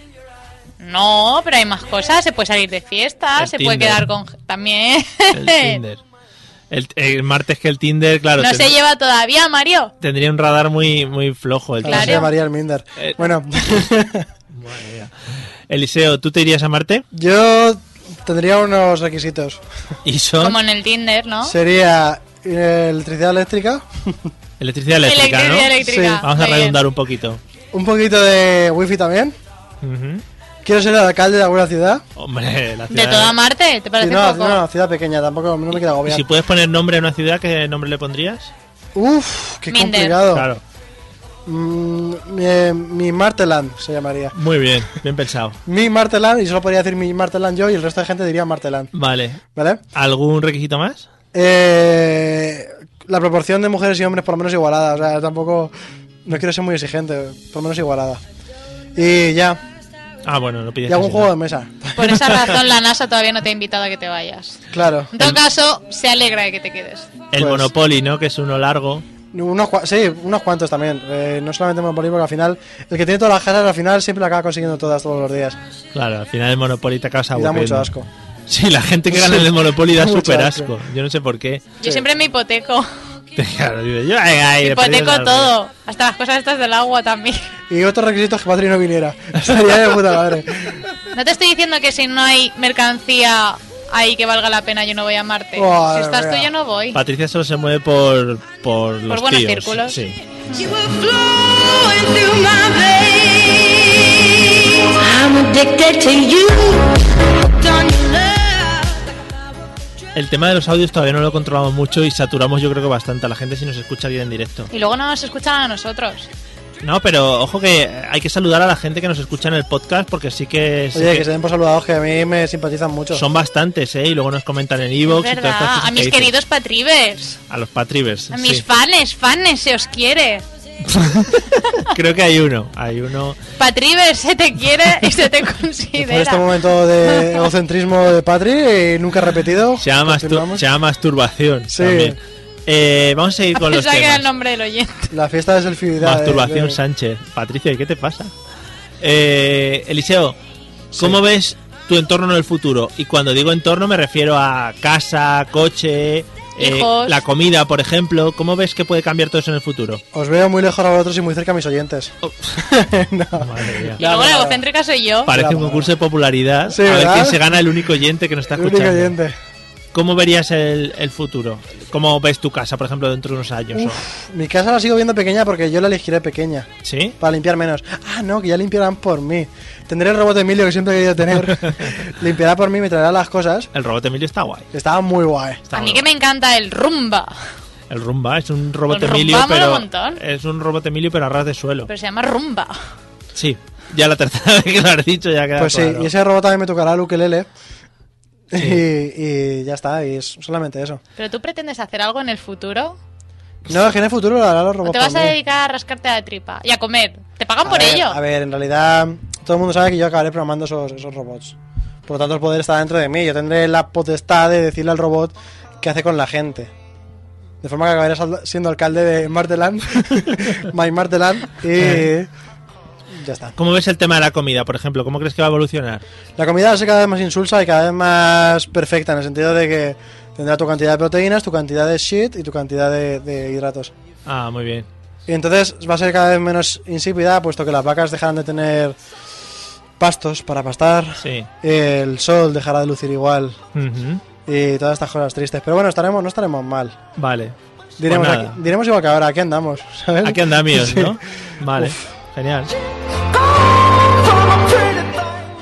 B: No, pero hay más cosas. Se puede salir de fiesta,
A: El
B: se puede
A: Tinder.
B: quedar con... También.
A: El Tinder. El, el martes que el Tinder, claro,
B: no
A: ten-
B: se lleva todavía, Mario.
A: tendría un radar muy, muy flojo. El
C: Ahora se
B: Claro.
C: llamaría el Minder.
A: Eh.
C: Bueno,
A: Tinder. Madre mía. Eliseo, ¿tú te irías a Marte?
C: yo tendría unos requisitos.
A: Y son
B: Como en el Tinder, ¿no?
C: Sería eh, electricidad eléctrica,
A: electricidad eléctrica, ¿no?
B: Electricidad eléctrica.
C: Sí.
A: Vamos a
B: Muy bien.
A: redundar un poquito.
C: un poquito de wifi también.
A: Ujú.
C: Quiero ser el alcalde de alguna ciudad.
A: Hombre, la
B: De
A: ciudad...
B: toda Marte, ¿te
C: Si
B: parece
C: no,
B: poco?
C: no, ciudad pequeña, tampoco no me quiero
A: ¿Y
C: agobiar.
A: si puedes poner nombre a una ciudad, ¿qué nombre le pondrías?
C: Uf, qué
B: Minder.
C: complicado.
A: Claro.
C: Mm, mi, eh, mi Marteland se llamaría.
A: Muy bien, bien pensado.
C: Mi Marteland, y solo podría decir mi Marteland yo y el resto de gente diría Marteland.
A: Vale.
C: ¿Vale?
A: ¿Algún requisito más?
C: Eh, la proporción de mujeres y hombres por lo menos igualada. O sea, tampoco... No quiero ser muy exigente, por lo menos igualada. Y ya.
A: Ah, bueno, no pides.
C: Y algún
A: casi
C: juego de
A: nada.
C: mesa.
B: Por esa razón la NASA todavía no te ha invitado a que te vayas.
C: Claro.
B: En todo caso, se alegra de que te quedes.
A: El
C: Pues-
A: Monopoly, ¿no? Que es uno largo.
C: Unos cua- sí, unos cuantos también. Eh, no solamente Monopoly, porque al final... El que tiene todas las casas, al final siempre la acaba consiguiendo todas todos los días.
A: Claro, al final el Monopoly te acabas
C: Y da
A: aburriendo.
C: mucho asco.
A: Sí, la gente que gana en el Monopoly da
C: Mucho
A: súper
C: asco.
A: asco. Yo no sé por qué.
B: Yo siempre me hipoteco.
A: Claro, digo, yo, ay, ay, de perdido
B: hipoteco
A: salgo.
B: todo. Hasta las cosas estas del agua también.
C: Y otro requisito es que Patri no viniera. Estaría de puta madre.
B: No te estoy diciendo que si no hay mercancía ahí que valga la pena, yo no voy a Marte.
C: Madre
B: si estás tú,
C: mía.
B: yo no voy.
A: Patricia solo se mueve por, por los
B: buenos
A: tíos,
B: círculos.
A: Sí.
G: You were flowing through my veins. I'm addicted to you. Don't you love?
A: El tema de los audios todavía no lo controlamos mucho y saturamos yo creo que bastante a la gente si nos escucha bien en directo.
B: Y luego no nos escuchan a nosotros.
A: No, pero ojo que hay que saludar a la gente que nos escucha en el podcast porque sí que, sí
C: Oye,
A: que
C: que se den por saludados, que a mí me simpatizan mucho.
A: son bastantes, ¿eh? Y luego nos comentan en Evox y todas estas
B: ¿Verdad?
A: cosas
B: A
A: que
B: mis
A: dicen.
B: queridos patrivers.
A: A los Patrivers.
B: A mis
A: sí.
B: fans, fans, se os quiere.
A: Creo que hay uno. Hay uno.
B: Patrivers, se te quiere y se te
C: Por este
B: considera.
C: momento de egocentrismo de Patri, eh, nunca repetido.
A: Se llama, mastur-
C: Continuamos.
A: se llama masturbación.
C: Sí.
A: También. Eh, vamos a seguir con los
B: Pensaba que era
A: temas.
B: el nombre del oyente.
C: La fiesta de selfidad.
A: Masturbación Sánchez. Patricia, ¿y ¿qué te pasa? Eh, Eliseo, ¿cómo ves tu entorno en el futuro? Y cuando digo entorno me refiero a casa, coche, eh,
B: Hijos.
A: la comida, por ejemplo. ¿Cómo ves que puede cambiar todo eso en el futuro?
C: Os veo muy lejos a vosotros y muy cerca a mis oyentes. No.
B: Y luego la egocéntrica soy yo.
A: Parece un concurso de popularidad.
C: Sí,
A: a ver
C: ¿verdad?
A: quién se gana el único oyente que nos está
C: El único
A: escuchando.
C: oyente.
A: ¿Cómo verías el, el futuro? ¿Cómo ves tu casa, por ejemplo, dentro de unos años? o-
C: Mi casa la sigo viendo pequeña porque yo la elegiré pequeña.
A: ¿Sí?
C: Para limpiar menos. Ah, no, que ya limpiarán por mí. Tendré el robot de Emilio que siempre he querido tener. Limpiará por mí, me traerá las cosas.
A: El robot Emilio está guay.
C: Estaba muy guay.
A: está
B: A mí
A: muy
B: que me
A: guay.
B: encanta el rumba.
A: El Rumba es un robot
B: El Rumba
A: Emilio,
B: mola
A: pero
B: un montón.
A: es un robot Emilio pero a ras de suelo.
B: Pero se llama rumba.
A: Sí, ya la tercera vez que lo has dicho ya queda
C: Pues sí,
A: claro.
C: y ese robot también me tocará el ukelele. Y, y ya está, y es solamente eso.
B: ¿Pero tú pretendes hacer algo en el futuro?
C: No, es que en el futuro lo hará los
B: ¿O
C: robots.
B: te vas
C: por
B: a
C: mí.
B: dedicar a rascarte la tripa y a comer? ¿Te pagan
C: A
B: por
C: ver,
B: ello?
C: A ver, en realidad todo el mundo sabe que yo acabaré programando esos, esos robots. Por lo tanto, el poder está dentro de mí. Yo tendré la potestad de decirle al robot qué hace con la gente. De forma que acabaré sal- siendo alcalde de Marteland, My Marteland, y ya está.
A: ¿Cómo ves el tema de la comida, por ejemplo? ¿Cómo crees que va a evolucionar?
C: La comida va a ser cada vez más insulsa y cada vez más perfecta, en el sentido de que tendrá tu cantidad de proteínas, tu cantidad de shit y tu cantidad de- de hidratos.
A: Ah, muy bien.
C: Y entonces va a ser cada vez menos insípida, puesto que las vacas dejarán de tener pastos para pastar,
A: Sí.
C: el sol dejará de lucir igual
A: Ujú.
C: y todas estas cosas tristes. Pero bueno, estaremos, no estaremos mal.
A: Vale.
C: Diremos,
A: Pues nada.
C: aquí- diremos igual que ahora, aquí andamos, ¿sabes?
A: Aquí andamios,
C: Sí.
A: ¿no? Vale. Genial.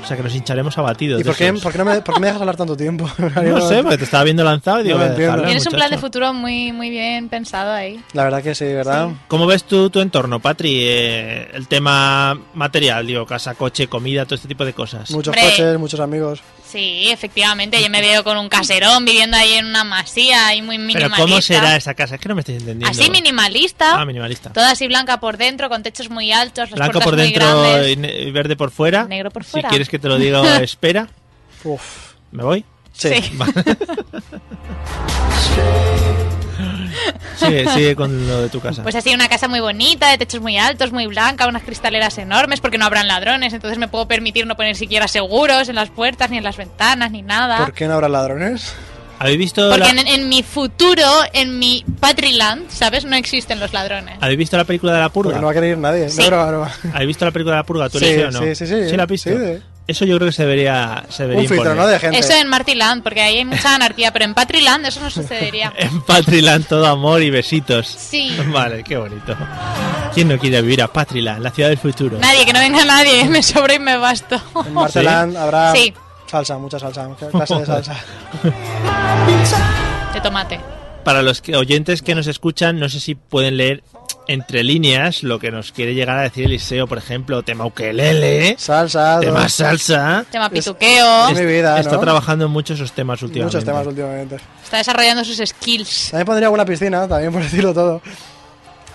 A: O sea que nos hincharemos abatidos.
C: ¿Y
A: de
C: por qué,
A: esos.
C: por qué no me, por qué me dejas hablar tanto tiempo?
A: No sé, porque te estaba viendo lanzado y digo,
C: No lo
A: voy a dejarlo,
C: entiendo.
B: Tienes un plan de
A: muchacho.
B: futuro muy, muy bien pensado ahí.
C: La verdad que sí, ¿verdad?
A: ¿Cómo ves tú tu entorno, Patri? Eh, el tema material, digo, casa, coche, comida, todo este tipo de cosas.
C: Muchos
B: Hombre.
C: coches, muchos amigos.
B: Sí, efectivamente. Yo me veo con un caserón viviendo ahí en una masía y muy
A: Pero
B: minimalista.
A: ¿cómo será esa casa? Es que no me estáis entendiendo.
B: Así minimalista.
A: Ah, minimalista.
B: Toda así blanca por dentro, con techos muy altos, las
A: Blanco
B: puertas
A: por
B: muy
A: dentro y
B: grandes.
A: ne- y verde por fuera.
B: Negro por fuera.
A: Si quieres que te lo diga, espera.
C: Uf.
A: ¿Me voy?
C: Sí.
B: Sí.
A: Sigue, sigue con lo de tu casa.
B: Pues así, una casa muy bonita, de techos muy altos, muy blanca, unas cristaleras enormes, porque no habrán ladrones, entonces me puedo permitir no poner siquiera seguros en las puertas, ni en las ventanas, ni nada.
C: ¿Por qué no habrá ladrones?
A: ¿Habéis visto
B: Porque
A: la...
B: en, en mi futuro, en mi Patriland, ¿sabes? No existen los ladrones.
A: ¿Habéis visto la película de la purga?
C: Porque Pues no va a querer ir nadie.
B: Sí.
C: No, broma, broma.
A: ¿Habéis visto la película de la purga? ¿Tú
C: Sí,
A: la has visto o no?
C: sí, sí, sí.
A: la has visto?
C: Sí, de-
A: Eso yo creo que se debería, se debería
C: Un filtro,
A: imponer.
C: ¿no? De gente.
B: Eso en Martiland, porque ahí hay mucha anarquía, pero en Patriland eso no sucedería.
A: En Patriland todo amor y besitos.
B: Sí.
A: Vale, qué bonito. ¿Quién no quiere vivir a Patriland, la ciudad del futuro?
B: Nadie, que no venga nadie, me sobra y me basto.
C: En Marteland habrá
B: Sí.
C: salsa, mucha salsa, mucha clase de salsa.
B: De tomate.
A: Para los que- oyentes que nos escuchan, no sé si pueden leer entre líneas lo que nos quiere llegar a decir Eliseo, por ejemplo, tema ukelele,
C: Salsa,
A: tema
C: dos-
A: salsa.
B: Se llama pituqueo.
C: es- mi vida,
A: Está
C: ¿no?
A: trabajando en muchos esos temas últimamente.
C: muchos temas últimamente.
B: Está desarrollando sus skills.
C: También pondría alguna piscina, también por decirlo todo.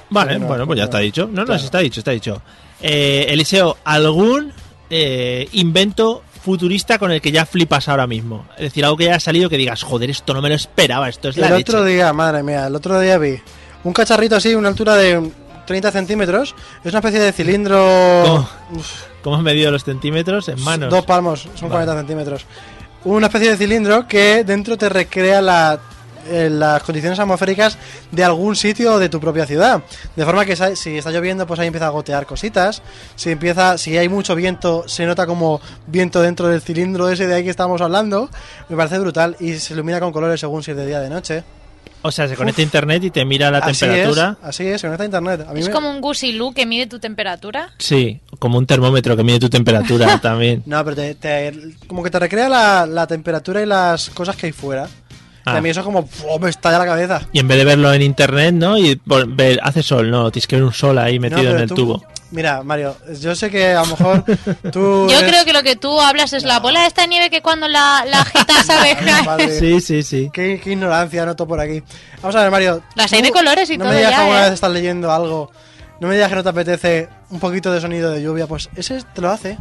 A: Vale,
C: Bueno,
A: bueno, pues ya
C: bueno,
A: está dicho. No, no,
C: claro.
A: sí está dicho, está dicho. Eh, Eliseo, ¿algún eh, invento futurista con el que ya flipas ahora mismo? Es decir, algo que ya ha salido que digas, joder, esto no me lo esperaba, esto es la
C: el otro
A: leche.
C: día, madre mía, el otro día vi un cacharrito así, una altura de 30 centímetros. Es una especie de cilindro.
A: ¿Cómo?
C: Uf,
A: ¿Cómo has medido los centímetros en manos?
C: Dos palmos, son
A: Vale.
C: 40 centímetros. Una especie de cilindro que dentro te recrea la- eh, las condiciones atmosféricas de algún sitio o de tu propia ciudad. De forma que sa- si está lloviendo, pues ahí empieza a gotear cositas. Si empieza, si hay mucho viento, se nota como viento dentro del cilindro ese de ahí que estábamos hablando. Me parece brutal y se ilumina con colores según si es de día o de noche.
A: O sea, se conecta a internet y te mira la
C: así
A: temperatura.
C: Es, así es, se conecta a internet. A mí
B: Es
C: me-
B: como un gusilú que mide tu temperatura.
A: Sí, como un termómetro que mide tu temperatura también.
C: No, pero te, te- como que te recrea la, la temperatura y las cosas que hay fuera. Y
A: Ah.
C: a mí eso como ¡buah! me estalla la cabeza.
A: Y en vez de verlo en internet, ¿no? Y por- ver, hace sol, no, tienes que ver un sol ahí
C: No,
A: metido
C: pero
A: en el
C: tú-
A: tubo.
C: Mira, Mario, yo sé que a lo mejor tú.
B: Yo creo que lo que tú hablas es la bola de esta nieve que cuando la, la agitas a
C: Ay, madre,
A: Sí, sí, sí.
C: Qué, qué ignorancia noto por aquí. Vamos a ver, Mario.
B: Las
C: tú
B: hay de colores y
C: no
B: todo
C: me digas
B: ya,
C: que alguna
B: ¿eh?
C: vez estás leyendo algo. No me digas que no te apetece un poquito de sonido de lluvia. Pues ese te lo hace.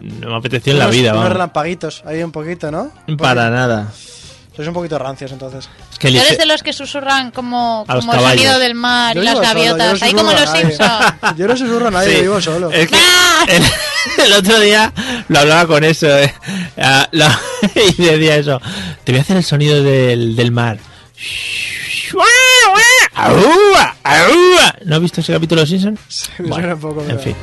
A: No me apeteció en la
C: Unos-
A: vida,
C: Unos
A: vamos. Mm.
C: relampaguitos ahí un poquito, ¿no?
A: Para nada.
C: Sois un poquito rancios entonces.
A: Es que
B: Tú
A: Eliseo-
B: eres de los que susurran como,
A: A los
B: como el
A: caballos.
B: sonido del mar
C: Yo
B: y las
C: vivo solo, yo
B: gaviotas,
C: no
B: ahí como
C: susurro
B: los
C: a nadie.
B: Simpsons.
C: Yo no susurro a nadie,
A: Sí.
C: vivo solo.
A: Es que
B: ¡Ah!
A: el, el otro día lo hablaba con eso. eh. Ah, lo- y decía eso. Te voy a hacer el sonido del, del mar. ¡Aúa! ¡Aúa! ¿No has visto ese capítulo de Simpson?
C: me
A: Bueno,
C: suena un poco,
A: En
C: pero-
A: fin.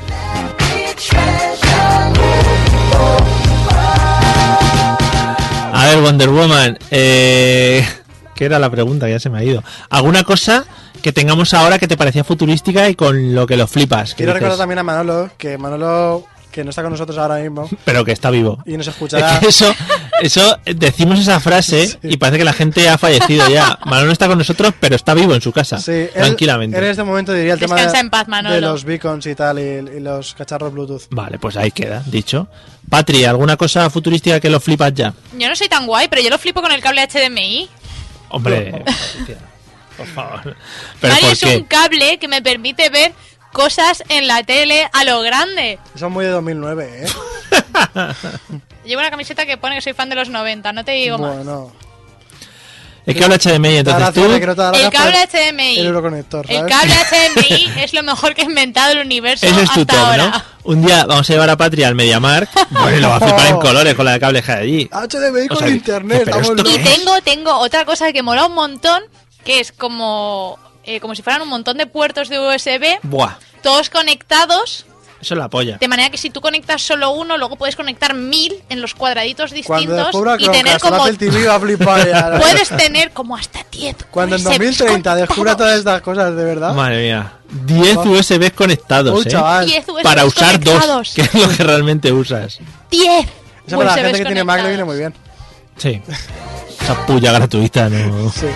A: A ver, Wonder Woman, eh, ¿qué era la pregunta? Ya se me ha ido. ¿Alguna cosa que tengamos ahora que te parecía futurística y con lo que lo flipas? que
C: Quiero
A: dices,
C: recordar también a Manolo, que Manolo, que no está con nosotros ahora mismo
A: Pero que está vivo.
C: y nos
A: Es
C: escuchará.
A: que eso, eso, decimos esa frase y parece que la gente ha fallecido ya. Manolo está con nosotros, pero está vivo en su casa.
C: Sí, él-
A: Ah, tranquilamente.
C: Él en este momento diría el tema
B: Descansa
C: de,
B: en paz, Manolo.
C: de los beacons y tal, y, y los cacharros Bluetooth.
A: Vale, pues ahí queda, dicho. Patri, ¿alguna cosa futurística que lo flipas ya?
B: Yo no soy tan guay, pero yo lo flipo con el cable HDMI.
A: Hombre, por favor. Pero
B: Mario
A: ¿por
B: es un
A: qué?
B: cable que me permite ver cosas en la tele a lo grande.
C: Son muy de 2009, ¿eh?
B: Llevo una camiseta que pone que soy fan de los 90, no te digo más.
C: bueno.
A: Es que habla HDMI, entonces
C: Da gracias de que no
A: tú...
C: te da
B: El
C: gracias por
B: cable HDMI.
C: El euroconector, ¿sabes?
B: El cable HDMI es lo mejor que ha inventado el universo
A: Ese es
B: hasta
A: tu top,
B: ahora.
A: ¿no? Un día vamos a llevar a Patri al MediaMark. Bueno, y lo va a flipar en colores con la de cable de allí.
C: HDMI
A: O
C: con
A: sea,
C: internet,
A: pero
C: estamos
A: esto
C: locos.
B: Y
A: ¿Qué es?
B: tengo, tengo otra cosa que mola un montón, que es como, eh, como si fueran un montón de puertos de USB,
A: Buah,
B: todos conectados,
A: eso es la polla.
B: de manera que si tú conectas solo uno, luego puedes conectar mil en los cuadraditos
C: Cuando
B: distintos
C: descubra
B: y tener
C: Chromecast,
B: como...
C: el TV va a flipar ya.
B: Puedes tener como hasta 10.
C: Cuando en
B: USBs
C: 2030 descubra
B: conectados.
C: todas estas cosas, de verdad.
A: Madre mía. 10
C: Va.
A: USBs conectados,
C: Uy,
A: ¿eh?
C: chaval.
B: 10 USBs
A: Para usar dos,
B: Pues conectados.
A: que es lo que realmente usas.
B: 10.
C: Eso para la gente
B: USBs
C: que tiene Mac le viene
B: conectados.
C: muy bien.
A: Sí. Esa puya gratuita, no...
C: Sí.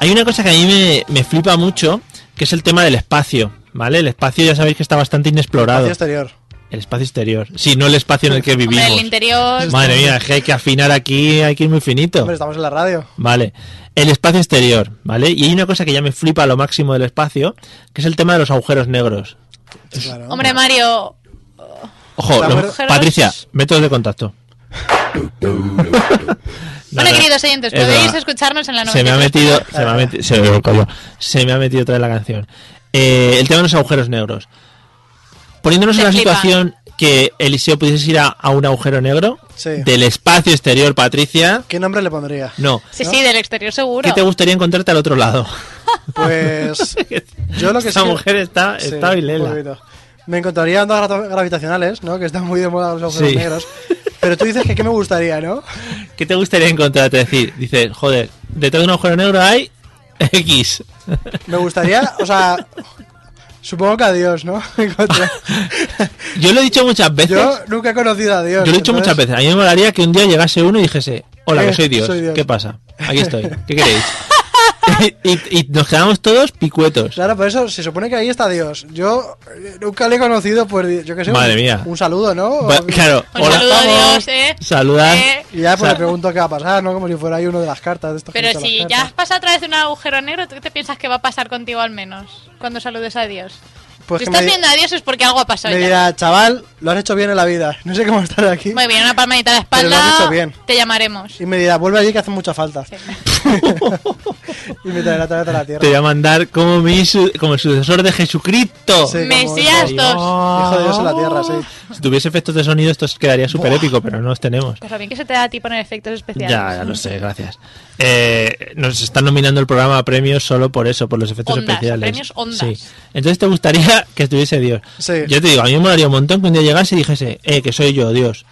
A: Hay una cosa que a mí me, me flipa mucho, que es el tema del espacio, ¿vale? El espacio ya sabéis que está bastante inexplorado.
C: Espacio exterior.
A: El espacio exterior. Sí, no el espacio en el que
B: Hombre,
A: vivimos.
B: el interior.
A: Madre mía, es que hay que afinar aquí, hay que ir muy finito.
C: Hombre, estamos en la radio.
A: Vale. El espacio exterior, ¿vale? Y hay una cosa que ya me flipa a lo máximo del espacio, que es el tema de los agujeros negros.
C: pues Claro.
B: Hombre, Mario.
A: Ojo,
C: Los
A: los-
B: agujeros-
A: Patricia, métodos de contacto. No,
B: bueno,
A: no,
B: queridos oyentes,
A: es
B: podéis
A: broma.
B: escucharnos en la
A: se me ha
B: 93.
A: metido se me ha metido se, coño, se me ha metido otra vez la canción Eh, el tema de los agujeros negros poniéndonos
B: Te
A: en la
B: flipa. ¿eh?
A: situación que Eliseo pudiese ir a, a un agujero negro
C: Sí.
A: del espacio exterior Patricia
C: ¿Qué nombre le pondría?
A: no
B: Sí, sí, del exterior seguro.
A: ¿qué te gustaría encontrarte al otro lado?
C: Pues. Yo lo que
A: esa
C: sí que-
A: mujer está
C: Sí,
A: está
C: un
A: vilela
C: poquito. Me encontraría ondas gra- gravitacionales, ¿no? Que están muy de moda los agujeros
A: Sí.
C: negros. Pero tú dices que qué me gustaría, ¿no?
A: ¿qué te gustaría encontrarte? decir dices joder detrás de un agujero negro hay X
C: Me gustaría, o sea. Supongo que a Dios, ¿no? Encontrar-
A: yo lo he dicho muchas veces
C: Yo nunca he conocido a Dios.
A: Yo lo he dicho
C: entonces-
A: muchas veces. A mí me molaría que un día llegase uno y dijese: Hola,
C: Eh,
A: que soy Dios.
C: soy Dios.
A: ¿Qué pasa? Aquí estoy. ¿Qué queréis? y, y- y nos quedamos todos picuetos.
C: Claro, por eso se supone que ahí está Dios. Yo eh, nunca le he conocido, pues yo qué sé.
A: Madre
C: un,
A: mía.
C: Un saludo, ¿no?
A: Va-
C: O-
A: claro,
B: Un
A: hola.
B: saludo a
C: vamos.
B: Dios, Pues eh.
A: Saludas.
B: Eh,
C: Y ya pues
A: O sea-
C: le pregunto qué va a pasar, ¿no? Como si fuera ahí uno de las cartas. De estos que
B: Pero
C: echan
B: si
C: las
B: ya has
C: cartas.
B: pasado a través de un agujero negro, ¿tú qué te piensas que va a pasar contigo al menos? Cuando saludes a Dios.
C: Pues
B: si
C: que
B: estás
C: me,
B: viendo a Dios es porque algo ha pasado
C: me
B: ya.
C: dirá, chaval, lo has hecho bien en la vida. No sé cómo estar aquí.
B: Muy bien, una palmadita a la
C: Pero lo has
B: espalda.
C: hecho bien.
B: Te llamaremos.
C: Y me dirá, vuelve allí que hace mucha falta.
B: Sí.
C: y me traerá otra vez a la tierra.
A: Te voy a mandar como, mi su- como el sucesor de Jesucristo.
C: Sí, como
B: Mesías
C: hijo-
B: dos.
C: Hijo de Dios en la tierra, sí.
A: Si tuviese efectos de sonido, esto quedaría súper épico, pero no los tenemos.
B: Pues lo bien que se te da a ti poner efectos especiales.
A: Ya, ya lo sé, gracias. Eh, nos están nominando el programa a premios solo por eso, por los efectos
B: Ondas,
A: especiales.
B: premios ondas.
A: Sí. Entonces te gustaría que estuviese Dios.
C: Sí.
A: Yo te digo, a mí me molaría un montón que un día llegase y dijese, eh, que soy yo, Dios.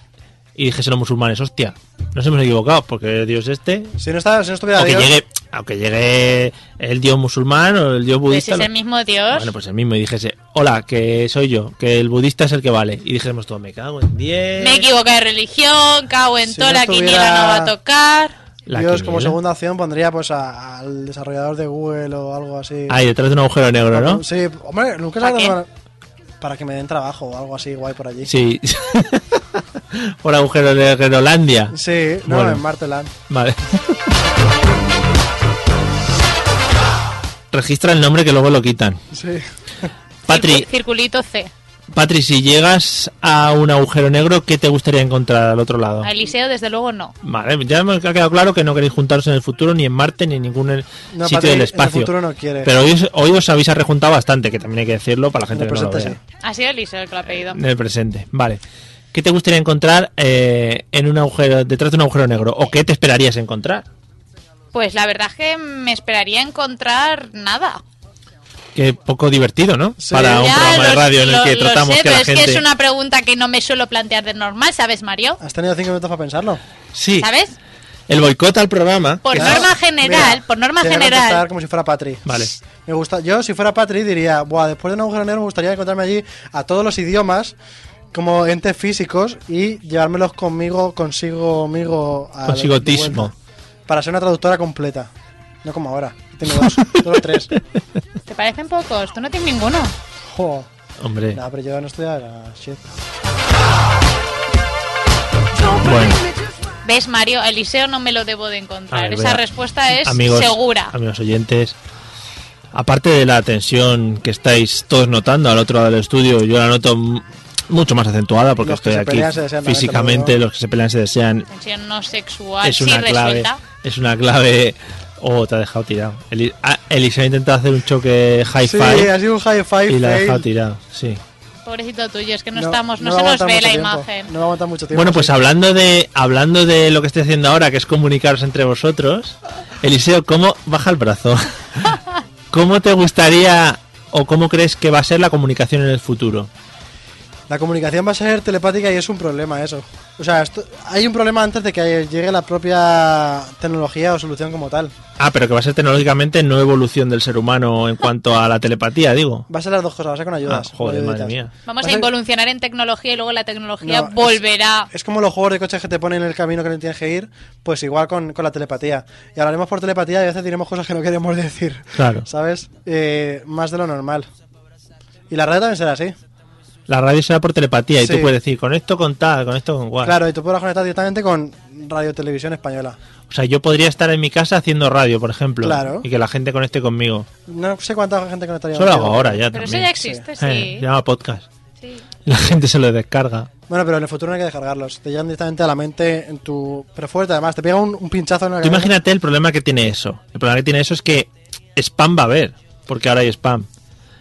A: Y dijese los musulmanes, hostia, nos hemos equivocado, porque Dios este.
C: Si no, está, si no estuviera
A: Aunque
C: Dios.
A: llegue, aunque llegue el Dios musulmán o el Dios
B: Pues
A: budista.
B: es el
A: lo-
B: mismo Dios.
A: Bueno, pues el mismo, y dijese, hola, que soy yo, que el budista es el que vale. Y dijésemos todo, me cago en 10.
B: Me equivoqué de religión, cago en
C: eh, Si
B: toda
C: no
B: la
C: estuviera-
B: quiniela no va a tocar.
A: La
C: Dios como
A: quiniela.
C: segunda opción pondría pues a- al desarrollador de Google o algo así.
A: Ahí, detrás de un agujero negro, ¿no?
C: Sí, hombre, nunca
B: ¿Para
C: sabes
B: qué?
C: dónde van a- Para que me den trabajo o algo así guay por allí.
A: Sí. Por agujero de Groenlandia.
C: Sí, no,
A: Bueno.
C: en Marteland.
A: Vale. Registra el nombre que luego lo quitan.
C: Sí.
A: Patri,
B: Circu- Circulito C.
A: Patri, si llegas a un agujero negro, ¿qué te gustaría encontrar al otro lado?
B: A Eliseo, desde luego, no.
A: Vale, ya me ha quedado claro que no queréis juntaros en el futuro, ni en Marte, ni en ningún el-
C: No,
A: sitio
C: Patri, en
A: del
C: el
A: espacio.
C: futuro no quiere.
A: Pero hoy os, hoy os habéis rejuntado bastante, que también hay que decirlo para la gente
C: En
A: que
C: el
A: no lo
C: presente
A: vea.
B: Ha sido Eliseo el que lo ha pedido.
A: En el presente, vale. ¿Qué te gustaría encontrar eh, en un agujero, detrás de un agujero negro? ¿O qué te esperarías encontrar?
B: Pues la verdad es que me esperaría encontrar nada.
A: Qué poco divertido, ¿no?
C: Sí.
A: Para un
B: Ya,
A: programa de
B: lo-
A: radio en el
B: lo-
A: que
B: lo
A: tratamos
B: sé,
A: que la
B: pero
A: gente.
B: es que es una pregunta que no me suelo plantear de normal, ¿sabes, Mario?
C: Has tenido cinco minutos para pensarlo.
A: Sí,
B: ¿Sabes?
A: el boicot al programa.
B: Por
A: que
C: Claro.
B: norma general,
C: Mira,
B: por norma
C: te voy a contestar
B: general.
C: como si fuera Patri.
A: Vale.
C: Me gusta, yo si fuera Patri diría, Buah, después de un agujero negro me gustaría encontrarme allí a todos los idiomas como entes físicos y llevármelos conmigo, consigo, amigo. al-
A: Consigo
C: de vuelta.
A: tismo.
C: Para ser una traductora completa. No como ahora. que Tengo dos, solo tres.
B: ¿Te parecen pocos? Tú no tienes ninguno.
C: Jo.
A: Hombre,
C: Nah, pero yo no estoy ahora. Shit.
A: bueno,
B: ¿Ves, Mario? A Eliseo no me lo debo de encontrar.
A: A ver,
B: Esa
A: vea.
B: respuesta es
A: amigos,
B: segura.
A: amigos oyentes. Aparte de la tensión que estáis todos notando al otro lado del estudio, yo la noto m- mucho más acentuada porque
C: Los que
A: estoy
C: se
A: aquí
C: pelean se desean, también te lo
A: físicamente,
C: digo.
A: los que se pelean se desean.
B: Tensión no sexual,
A: es
B: sí
A: una clave.
B: resuelta.
A: Es una clave. Oh, te ha dejado tirado. Eli- ah, Eliseo ha intentado hacer un choque high
C: Sí,
A: five
C: ha sido un high five.
A: y la ha
C: fail.
A: dejado tirado. Sí.
B: Pobrecito tuyo, es que no,
C: No-
B: estamos, no,
C: no va
B: se
C: a
B: nos
C: aguantar
B: ve
C: mucho
B: la
C: tiempo.
B: imagen.
C: No va a aguantar mucho tiempo.
A: Bueno, pues
C: sí.
A: hablando de hablando de lo que estoy haciendo ahora, que es comunicaros entre vosotros, Eliseo, ¿cómo baja el brazo? ¿Cómo te gustaría o cómo crees que va a ser la comunicación en el futuro?
C: La comunicación va a ser telepática y es un problema eso. O sea, esto- hay un problema antes de que llegue la propia tecnología o solución como tal.
A: Ah, pero que va a ser tecnológicamente no evolución del ser humano en cuanto a la telepatía, digo.
C: Va a ser las dos cosas, va a ser con
A: Ah,
C: ayudas.
A: joder,
C: con
A: madre
C: ayuditas.
A: mía.
B: Vamos a
C: Va a ser-
B: involucionar en tecnología y luego la tecnología
C: No, es-
B: volverá.
C: Es como los juegos de coches que te ponen en el camino que no tienes que ir, pues igual con, con la telepatía. Y hablaremos por telepatía y a veces diremos cosas que no queremos decir.
A: Claro.
C: ¿Sabes? Eh, más de lo normal. Y la radio también será así.
A: La radio será por telepatía y tú
C: Sí.
A: puedes decir con esto con tal, con esto con cual.
C: Claro, y tú podrás conectar directamente con Radio Televisión Española.
A: O sea, yo podría estar en mi casa haciendo radio, por ejemplo,
C: Claro.
A: y que la gente conecte conmigo.
C: No sé cuánta gente conectaría.
A: Eso lo hago
C: contigo.
A: ahora ya
B: Pero eso
A: también.
B: ya existe, sí.
A: Eh, se llama podcast.
B: Sí.
A: La gente se lo descarga.
C: Bueno, pero en el futuro no hay que descargarlos. Te llegan directamente a la mente en tu. Pero fuerte, además, te pega un, un pinchazo en la
A: Tú
C: cabeza.
A: imagínate el problema que tiene eso. El problema que tiene eso es que spam va a haber, porque ahora hay spam.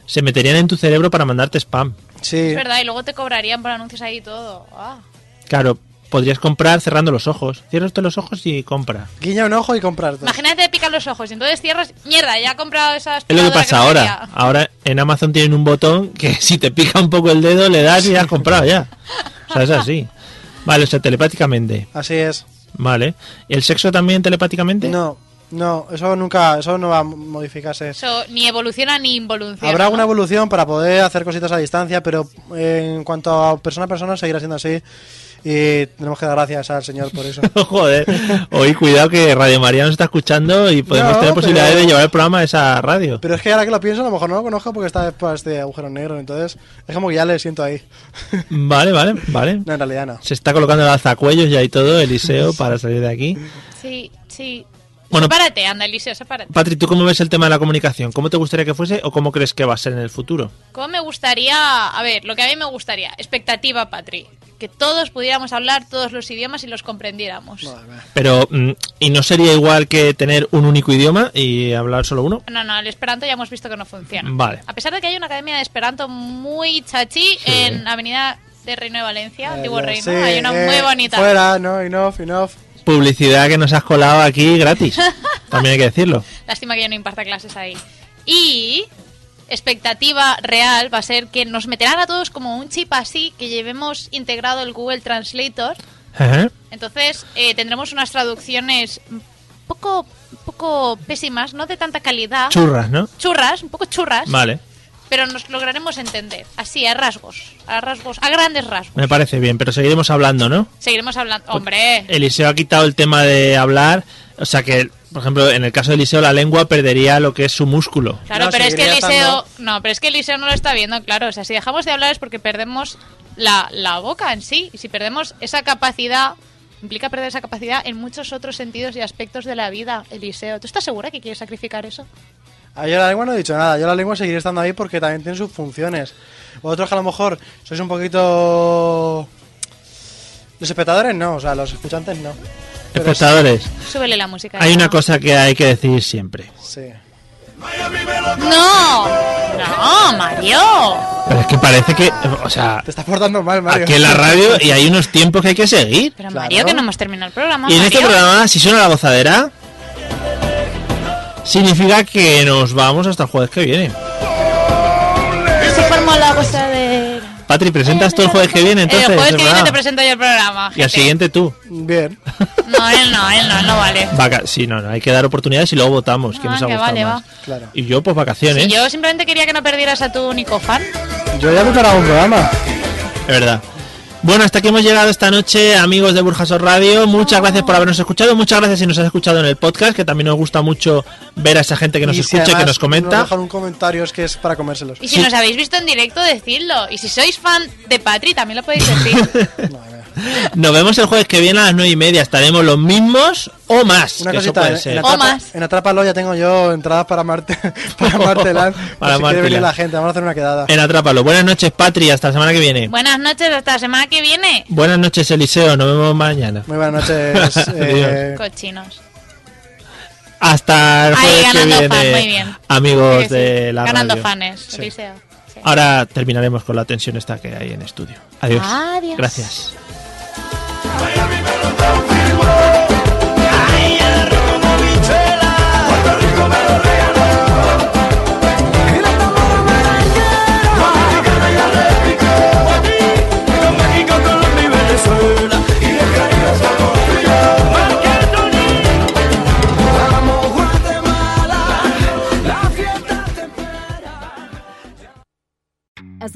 A: Se meterían en tu cerebro para mandarte spam.
C: Sí.
B: Es verdad, y luego te cobrarían por anuncios ahí y todo. Ah.
A: Claro, podrías comprar cerrando los ojos. Cierra usted los ojos y compra.
C: Guiña un ojo y comprarte.
B: Imagínate, te pican los ojos y entonces cierras. Mierda, ya he comprado esas.
A: Es lo que pasa ahora. Ahora en Amazon tienen un botón que si te pica un poco el dedo le das y ya has comprado ya. O sea, es así. Vale, o sea, telepáticamente.
C: Así es.
A: Vale. ¿El sexo también telepáticamente?
C: No, no, eso nunca. Eso no va a modificarse.
B: Eso ni evoluciona ni involuciona.
C: Habrá una
B: ¿no?
C: evolución para poder hacer cositas a distancia, pero eh, en cuanto a persona a persona seguirá siendo así. Y tenemos que dar gracias al Señor por eso.
A: Joder, hoy cuidado que Radio María nos está escuchando y podemos
C: No,
A: tener
C: pero-
A: posibilidades de llevar el programa a esa radio.
C: Pero es que ahora que lo pienso, a lo mejor no lo conozco porque está después de agujero negro. Entonces, es como que ya le siento ahí.
A: Vale, vale, vale.
C: No, en realidad no.
A: Se está colocando el alzacuellos ya y todo, Eliseo, para salir de aquí.
B: Sí, sí.
A: Bueno.
B: Sepárate, anda, Eliseo, sepárate.
A: Patri, ¿tú cómo ves el tema de la comunicación? ¿Cómo te gustaría que fuese o cómo crees que va a ser en el futuro?
B: ¿Cómo me gustaría? A ver, lo que a mí me gustaría. Expectativa, Patri. Que todos pudiéramos hablar todos los idiomas y los comprendiéramos.
C: Madre mía.
A: Pero, mm, ¿y no sería igual que tener un único idioma y hablar solo uno?
B: No, no, el esperanto ya hemos visto que no funciona.
A: Vale.
B: A pesar de que hay una academia de esperanto muy chachi en Avenida de Reino de Valencia, Antiguo
C: Eh,
B: Reino,
C: sí,
B: hay una
C: eh,
B: muy bonita.
C: Fuera, no, enough, enough.
A: Publicidad que nos has colado aquí gratis. También hay que decirlo.
B: Lástima que yo no imparta clases ahí. Y expectativa real va a ser que nos meterán a todos como un chip así, que llevemos integrado el Google Translator.
A: Ajá.
B: Entonces eh, tendremos unas traducciones un poco, un poco pésimas, no de tanta calidad.
A: Churras, ¿no?
B: churras, un poco churras.
A: Vale,
B: Pero nos lograremos entender. Así, a rasgos. A rasgos, a grandes rasgos.
A: me parece bien, pero seguiremos hablando, ¿no?
B: Seguiremos hablando. Hombre,
A: Eliseo ha quitado el tema de hablar, o sea que, por ejemplo, en el caso de Eliseo la lengua perdería lo que es su músculo.
B: claro,
C: no,
B: pero es que
C: seguiría
B: Eliseo.
C: estando-
B: No, pero es que Eliseo no lo está viendo, claro. O sea, si dejamos de hablar es porque perdemos la, la boca en sí. Y si perdemos esa capacidad. Implica perder esa capacidad en muchos otros sentidos y aspectos de la vida, Eliseo. ¿Tú estás segura que quieres sacrificar eso?
C: Ah, Yo la lengua no he dicho nada, yo la lengua seguiré estando ahí porque también tiene sus funciones. Vosotros que a lo mejor sois un poquito... Los espectadores no, o sea, los escuchantes no. Pero
A: Espectadores,
B: Súbele la música.
A: hay
B: ya.
A: una cosa que hay que decir siempre.
C: Sí.
B: No, no, Mario.
A: Pero es que parece que, o sea,
C: Te estás portando mal, Mario.
A: aquí en la radio y hay unos tiempos que hay que seguir.
B: Pero
C: Claro.
B: Mario, que no hemos terminado el programa.
A: Y en este
B: Mario.
A: programa, si suena la gozadera, significa que nos vamos hasta el jueves que viene.
H: Se formó la cosa de...
A: Patri, ¿presentas tú el jueves que viene entonces?
B: Eh, el jueves
A: el
B: que viene te
A: programa?
B: presento yo el programa.
A: y al
B: gente.
A: siguiente tú.
C: Bien.
B: No, él no, él no, él no vale.
A: Vaca sí, no, no, hay que dar oportunidades y luego votamos. ¿Quién
B: Ah,
A: nos ha
B: que
A: gustado
B: vale,
A: más?
B: va.
C: Claro.
A: Y yo, pues vacaciones.
B: Si yo simplemente quería que no perdieras a tu único fan.
C: Yo ya nunca grabado un programa.
A: Es verdad. Bueno, hasta aquí hemos llegado esta noche, amigos de Burjasot Radio. Muchas gracias por habernos escuchado. Muchas gracias si nos has escuchado en el podcast, que también nos gusta mucho ver a esa gente que nos
C: Y si
A: escucha, que
C: además
A: nos
C: Nos
A: comenta.
C: dejan un comentario, es que es para comérselos.
B: Y si nos habéis visto en directo, decidlo. Y si sois fan de Patri, también lo podéis decir.
A: Nos vemos el jueves que viene a las nueve y media. Estaremos los mismos o más.
C: Una
A: que eso
C: cosita,
A: puede
C: en, en
A: ser.
B: O
C: Atrapa-
B: más.
C: en Atrápalo ya tengo yo entradas para Marte, para Martelán.
A: Para Eh.
C: para si quiere venir
A: Martelán.
C: la gente, vamos a hacer una quedada.
A: En Atrápalo. Buenas noches, Patri. Hasta la semana que viene.
B: Buenas noches, hasta la semana que viene.
A: Buenas noches, Eliseo. Nos vemos mañana.
C: Muy buenas noches. eh,
B: Cochinos.
A: Hasta el
B: Ahí,
A: jueves que
B: ganando
A: viene,
B: fan, muy bien.
A: amigos
B: Sí, sí.
A: de la
B: Ganando eh.
A: radio.
B: fans,
A: Sí.
B: Eliseo. Sí.
A: Ahora terminaremos con la tensión esta que hay en estudio. Adiós.
H: Adiós.
A: Gracias.
I: As